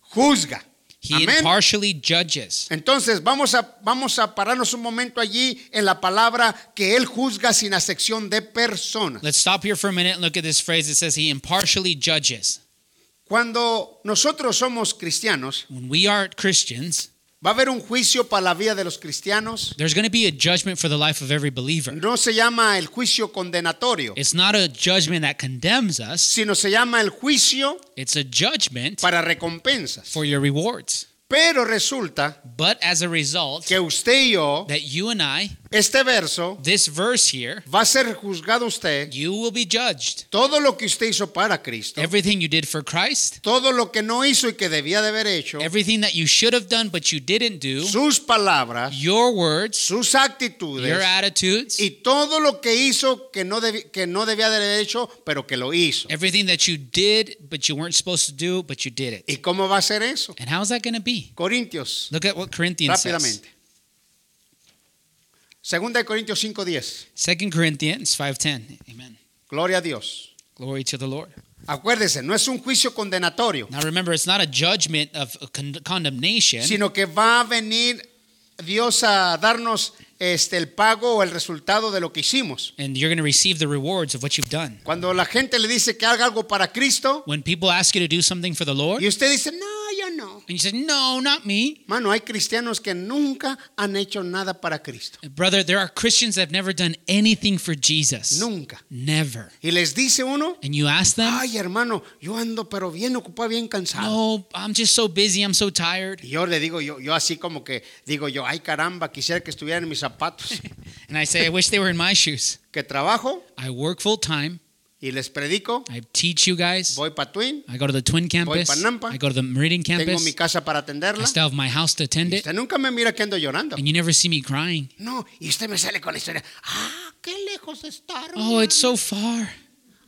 juzga.
He
Amén.
impartially judges.
Entonces vamos a, vamos a pararnos un momento allí en la palabra que Él juzga sin acepción de personas.
Let's stop here for a minute and look at this phrase. It says, He impartially judges.
Cuando nosotros somos cristianos,
When we are Christians,
va a haber un juicio para la vida de los cristianos.
there's going to be a judgment for the life of every believer.
No se llama el juicio condenatorio.
It's not a judgment that condemns us,
sino se llama el juicio
it's a judgment
para recompensas.
for your rewards.
Pero resulta
But as a result,
que usted y yo,
that you and I,
este verso,
this verse here,
va a ser juzgado usted
you will be judged.
todo lo que usted hizo para Cristo,
Everything you did for Christ,
todo lo que no hizo y que debía de haber hecho,
everything that you should have done but you didn't do,
sus palabras,
your words,
sus
your
actitudes
attitudes,
y todo lo que hizo que no, debi- que no debía de haber hecho, pero que lo hizo.
everything that you did but you weren't supposed to do, but you did it.
¿Y cómo va a ser eso?
And how's that going to be?
Corintios,
Look at what Corinthians says.
rápidamente. Segunda de Corintios 5:10.
2 Corinthians 5:10. Amen.
Gloria a Dios.
Glory to the Lord.
Acuérdese, no es un juicio condenatorio,
Now remember, it's not a judgment of con- condemnation,
sino que va a venir Dios a darnos este el pago o el resultado de lo que hicimos.
and you're going to receive the rewards of what you've done.
Cuando la gente le dice que haga algo para Cristo
When people ask you to do something for the Lord,
y
and
usted dice, "No, yo no."
you say, "No, not me."
Mano, hay cristianos que nunca han hecho nada para Cristo,
Brother, there are Christians that have never done anything for Jesus.
nunca.
Never.
Y les dice uno,
And you ask them,
"Ay, hermano, yo ando pero bien ocupado, bien cansado."
"No, I'm just so busy. I'm so tired."
Y yo le digo, yo, yo así como que digo yo, ay caramba, quisiera que estuvieran en mis
(laughs)
zapatos,
And I say, "I wish they were in my shoes.
que trabajo
I work full time.
y les predico,
I teach you guys.
voy para Twin,
I go to the Twin Campus.
pa' Nampa.
I go to the Meridian
Tengo mi
Campus.
casa para
I
atenderla.
still have my house to attend
Y
it,
usted nunca me mira que ando llorando.
and you never see me crying.
No, y usted me sale con la historia. Ah, qué lejos está. hermano.
Oh, it's so far.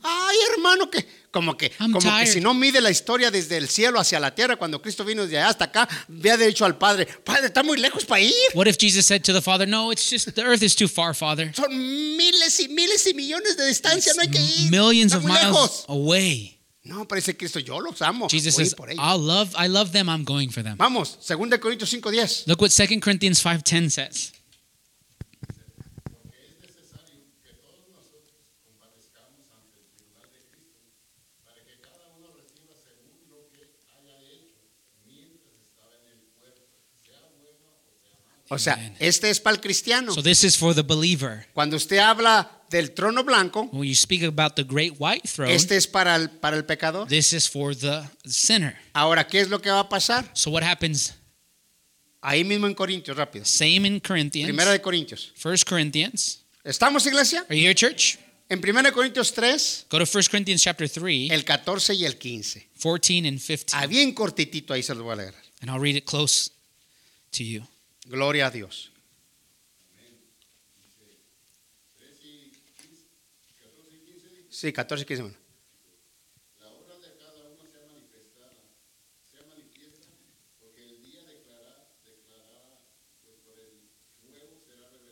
Ay, hermano, que como que
I'm
como que
tired.
si no mide la historia desde el cielo hacia la tierra cuando Cristo vino desde allá hasta acá, había dicho al Padre, "Padre, está muy lejos para ir.
What if Jesus said to the Father, "No, it's just the earth is too far, Father.
Son miles y miles y millones de distancia, no hay que ir.
Millions
está
of
muy
miles
lejos."
away."
No, pero dice Cristo, "Yo los amo."
Jesus
voy
says, "Ah,
por ellos.
"I love, I love them. I'm going for them."
Vamos, 2 Corintios 5:10.
Look what 2 Corinthians 5:10 says.
O sea, este es para el cristiano.
So this is for the believer.
Cuando usted habla del trono blanco,
When you speak about the great white throne,
Este es para el, para el pecador.
this is for the sinner.
Ahora, ¿qué es lo que va a pasar?
So what happens?
Ahí mismo en Corintios, rápido.
Same in Corinthians.
Primera de Corintios.
First Corinthians.
¿Estamos, iglesia?
Are you here, church?
En Primera de Corintios 3,
Go to First Corinthians chapter 3,
el 14 y el 15.
14 and 15.
Ah, bien cortitito ahí se los voy a leer.
And I'll read it close to you.
Gloria a Dios. Sí, 14 y 15. bueno.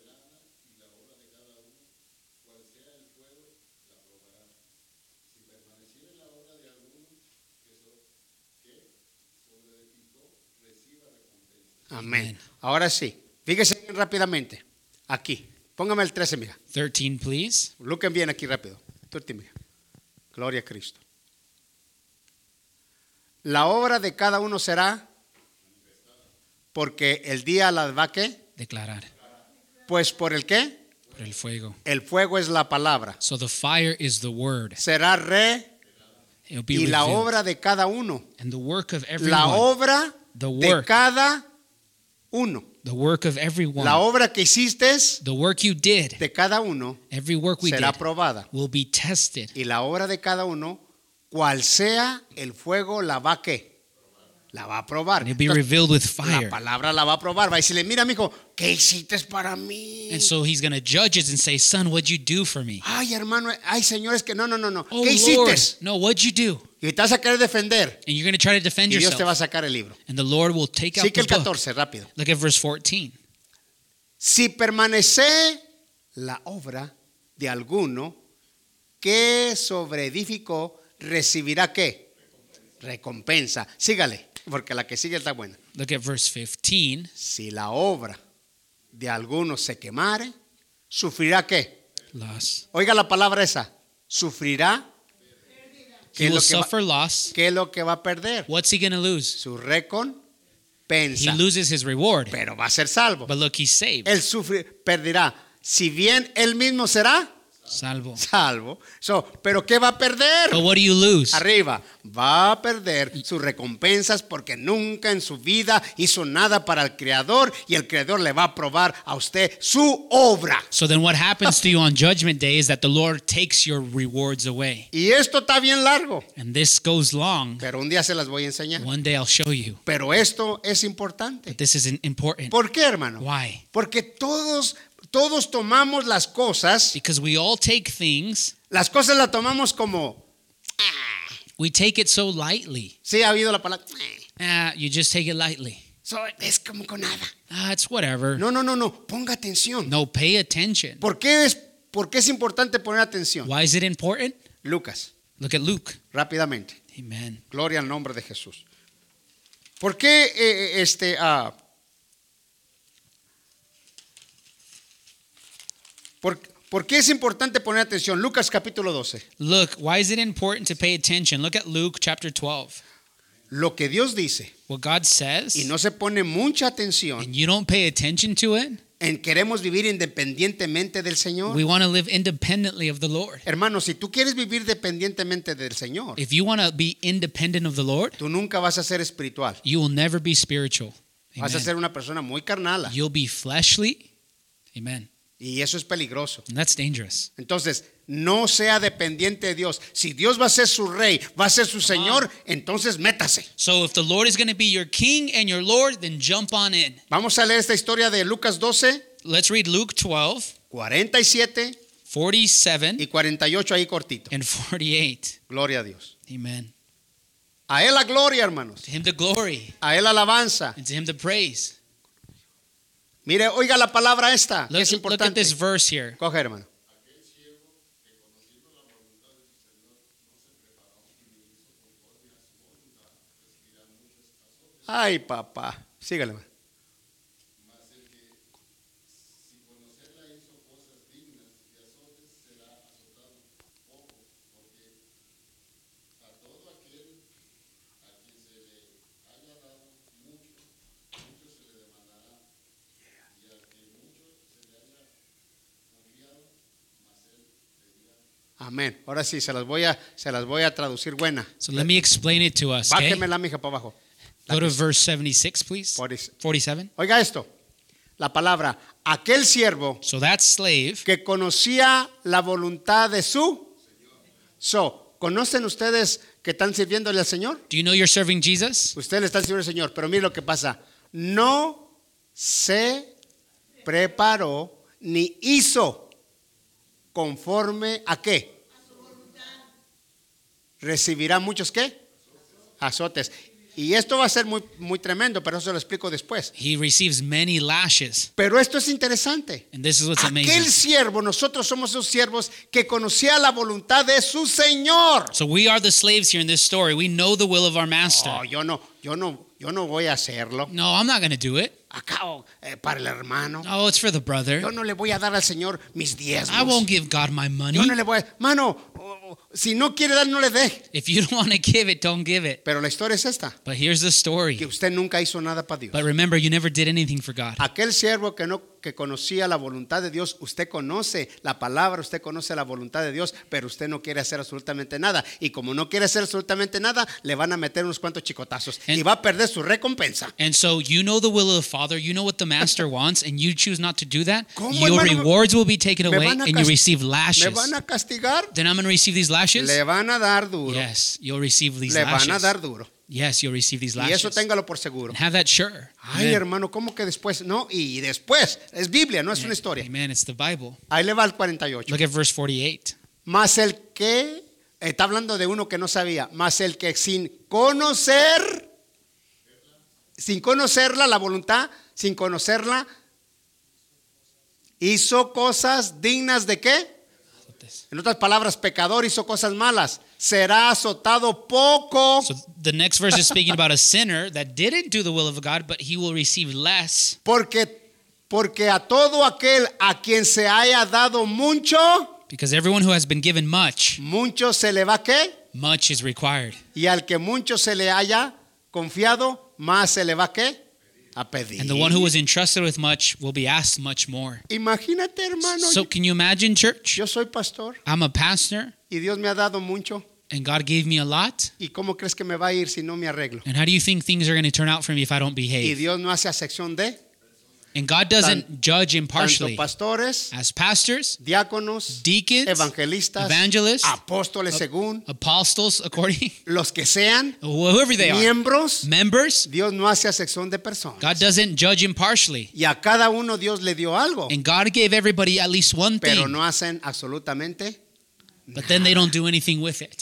Amén.
Amén.
Ahora sí, fíjese bien rápidamente. Aquí, póngame el 13, mira.
13, please.
Luquen bien aquí rápido. Turti, mira. Gloria a Cristo. La obra de cada uno será porque el día las va qué?
Declarar.
Pues por el qué?
Por el fuego.
El fuego es la palabra.
So the fire is the word.
Será re
It'll be
y la
revealed.
obra de cada uno.
and the work of
La
everyone.
obra
The
de
work.
cada uno.
The work of everyone.
La obra que hiciste es
the work you did.
de cada uno
Every work we
será
did
probada.
will be tested.
Y la obra de cada uno, cual sea el fuego, la va qué? La va a probar.
And it'll be
Entonces,
revealed with
La
fire.
palabra la va a probar. Va a decirle, mira, mijo, ¿qué hiciste para mí?
And so he's going to judge us and say, Son, what'd you do for me?
Ay, hermano, ay, señor, es que no, no, no, no.
Oh,
¿Qué hiciste?
Lord. No, what'd you do?
Y te vas a querer defender.
And you're going to try to defend
Y Dios
yourself.
te va a sacar el libro.
and the Lord will take out
Sí que
the
el
book.
14, rápido.
Look at verse 14.
Si permanece la obra de alguno que sobreedificó, recibirá qué? Recompensa. Sígale, porque la que sigue está buena.
Look at verse 15.
Si la obra de alguno se quemare, sufrirá qué?
Loss.
Oiga la palabra esa. Sufrirá. ¿Qué
He
es,
will
lo que va,
suffer loss.
qué es lo que va a perder?
What's he going to lose?
Su
He
recompensa.
loses his reward.
Pero va a ser salvo.
But look, he's saved.
Él sufrir, perderá. Si bien él mismo será
Salvo.
salvo. So, pero ¿qué va a perder?
But what do you lose?
Arriba, va a perder sus recompensas porque nunca en su vida hizo nada para el Creador y el Creador le va a probar a usted su obra.
So then what happens to you on judgment day is that the Lord takes your rewards away.
Y esto está bien largo,
And this goes long.
pero un día se las voy a enseñar.
One day I'll show you.
Pero esto es importante.
But this isn't important.
¿Por qué, hermano?
Why?
Porque todos, todos tomamos las cosas,
Because we all take things,
las cosas las tomamos como,
we take it so lightly.
sí ha habido la palabra,
Ah, you just take it lightly.
so, es como con nada.
Ah, it's whatever.
No, no, no, no, ponga atención.
No, pay attention.
¿Por qué es, por qué es importante poner atención?
Why is it important?
Lucas,
Look at Luke.
rápidamente.
Amen.
Gloria al nombre de Jesús. ¿Por qué eh, eh, este ah, por, por qué es importante poner atención? Lucas capítulo 12.
Look, why is it important to pay attention? Look at Luke chapter 12.
Lo que Dios dice
What God
y
says,
no se pone mucha atención
and you don't pay attention to it,
en queremos vivir independientemente del Señor.
we want to live independently of the Lord.
Hermano, si tú quieres vivir dependientemente del Señor,
If you want to be independent of the Lord,
tú nunca vas a ser espiritual.
you will never be spiritual.
Vas a
Amen.
ser una persona muy carnala
You'll be fleshly. Amen.
y eso es peligroso.
And that's dangerous.
Entonces, no sea dependiente de Dios. Si Dios va a ser su rey, va a ser su señor, entonces métase.
So if the Lord is going to be your king and your Lord, then jump on in.
Vamos a leer esta historia de Lucas 12,
Let's read Luke 12,
47
47
y 48 ahí cortito.
and 48.
Gloria a Dios.
Amen.
A él la gloria, hermanos.
To him the glory
A él la alabanza.
and to him the praise.
Mire, oiga la palabra esta, que
Look,
es
look at
importante.
this verse here.
Coge, hermano. Ay, papá. Sígale, hermano. Amén. Ahora sí, se las voy a, se las voy a traducir buena.
So let me explain it to us. Okay?
Bájemela, mija, para abajo. La
Go to
que-
verse 76, please.
Forty six.
47.
Oiga esto, la palabra, aquel siervo
So that slave,
que conocía la voluntad de su. So, ¿conocen ustedes que están sirviéndole al Señor?
do you know you're serving Jesus?
Ustedes le están sirviendo al Señor, pero mire lo que pasa. No se preparó ni hizo conforme a qué. Recibirá muchos qué? Azotes. Y esto va a ser muy, muy tremendo, pero eso lo explico después.
He receives many lashes.
Pero esto es interesante.
And this is what's
Aquel
amazing.
siervo, nosotros somos esos siervos que conocía la voluntad de su Señor.
So we are the slaves here in this story. We know the will of our master.
Oh, yo no, yo no, yo no voy a hacerlo.
No, I'm not going to do it.
Acá oh, eh, para el hermano.
Oh, it's for the brother.
Yo no le voy a dar al Señor mis diezmos.
I won't give God my money.
Yo no le voy a... Mano, oh, oh, si no quiere dar, no le dé.
If you don't want to give it, don't give it.
Pero la historia es esta,
But here's the
que
story.
usted nunca hizo nada para Dios.
But remember, you never did anything for God.
Aquel siervo que no que conocía la voluntad de Dios, usted conoce la palabra, usted conoce la voluntad de Dios, pero usted no quiere hacer absolutamente nada. Y como no quiere hacer absolutamente nada, le van a meter unos cuantos chicotazos y
And-
va a perder su recompensa.
And so you know the will of the Father, you know what
(laughs)
the Master wants, and you choose not to do that.
¿Cómo,
Your
hermano?
rewards will be taken
Me
away,
van a
and you
cast-
receive
Me
lashes.
van a castigar,
Then I'm going to receive these lashes.
le van a dar duro,
Yes, you'll receive these
le van a
lashes.
dar duro.
Yes, you'll receive these
Y eso
lashes.
téngalo por seguro.
And have that sure.
Ay,
Amen.
hermano, ¿cómo que después? No, y después. Es Biblia, no es una historia.
Amen. It's the Bible.
Ahí le va el 48.
Look at verse 48.
Más el que, eh, está hablando de uno que no sabía, más el que sin conocer, sin conocerla, la voluntad, sin conocerla, hizo cosas dignas de qué? En otras palabras, pecador hizo cosas malas. Será azotado poco.
So the next verse is speaking about a sinner that didn't do the will of God, but he will receive less.
Porque, porque a todo aquel a quien se haya dado mucho.
Because everyone who has been given much,
Mucho se le va qué?
much is required.
Y al que mucho se le haya confiado, más se le va qué? A pedir.
And the one who was entrusted with much will be asked much more.
Imagínate, hermano,
So can you imagine, church?
yo soy pastor
I'm a pastor,
y Dios me ha dado mucho.
and God gave me a lot.
¿Y cómo crees que me va a ir si no me arreglo?
And how do you think things are going to turn out for me if I don't
Y
behave?
Dios no hace acepción de
And God doesn't judge
tanto
impartially.
pastores,
As pastors,
diáconos,
deacons,
evangelistas,
evangelists, Oh.
apóstoles según
apostles, according (laughs)
los que sean
whoever they are,
miembros,
members,
Dios no hace acepción de personas.
God doesn't judge impartially.
Y a cada uno Dios le dio algo,
And God gave everybody at least one
pero
thing,
no hacen absolutamente
but then they don't do anything with it.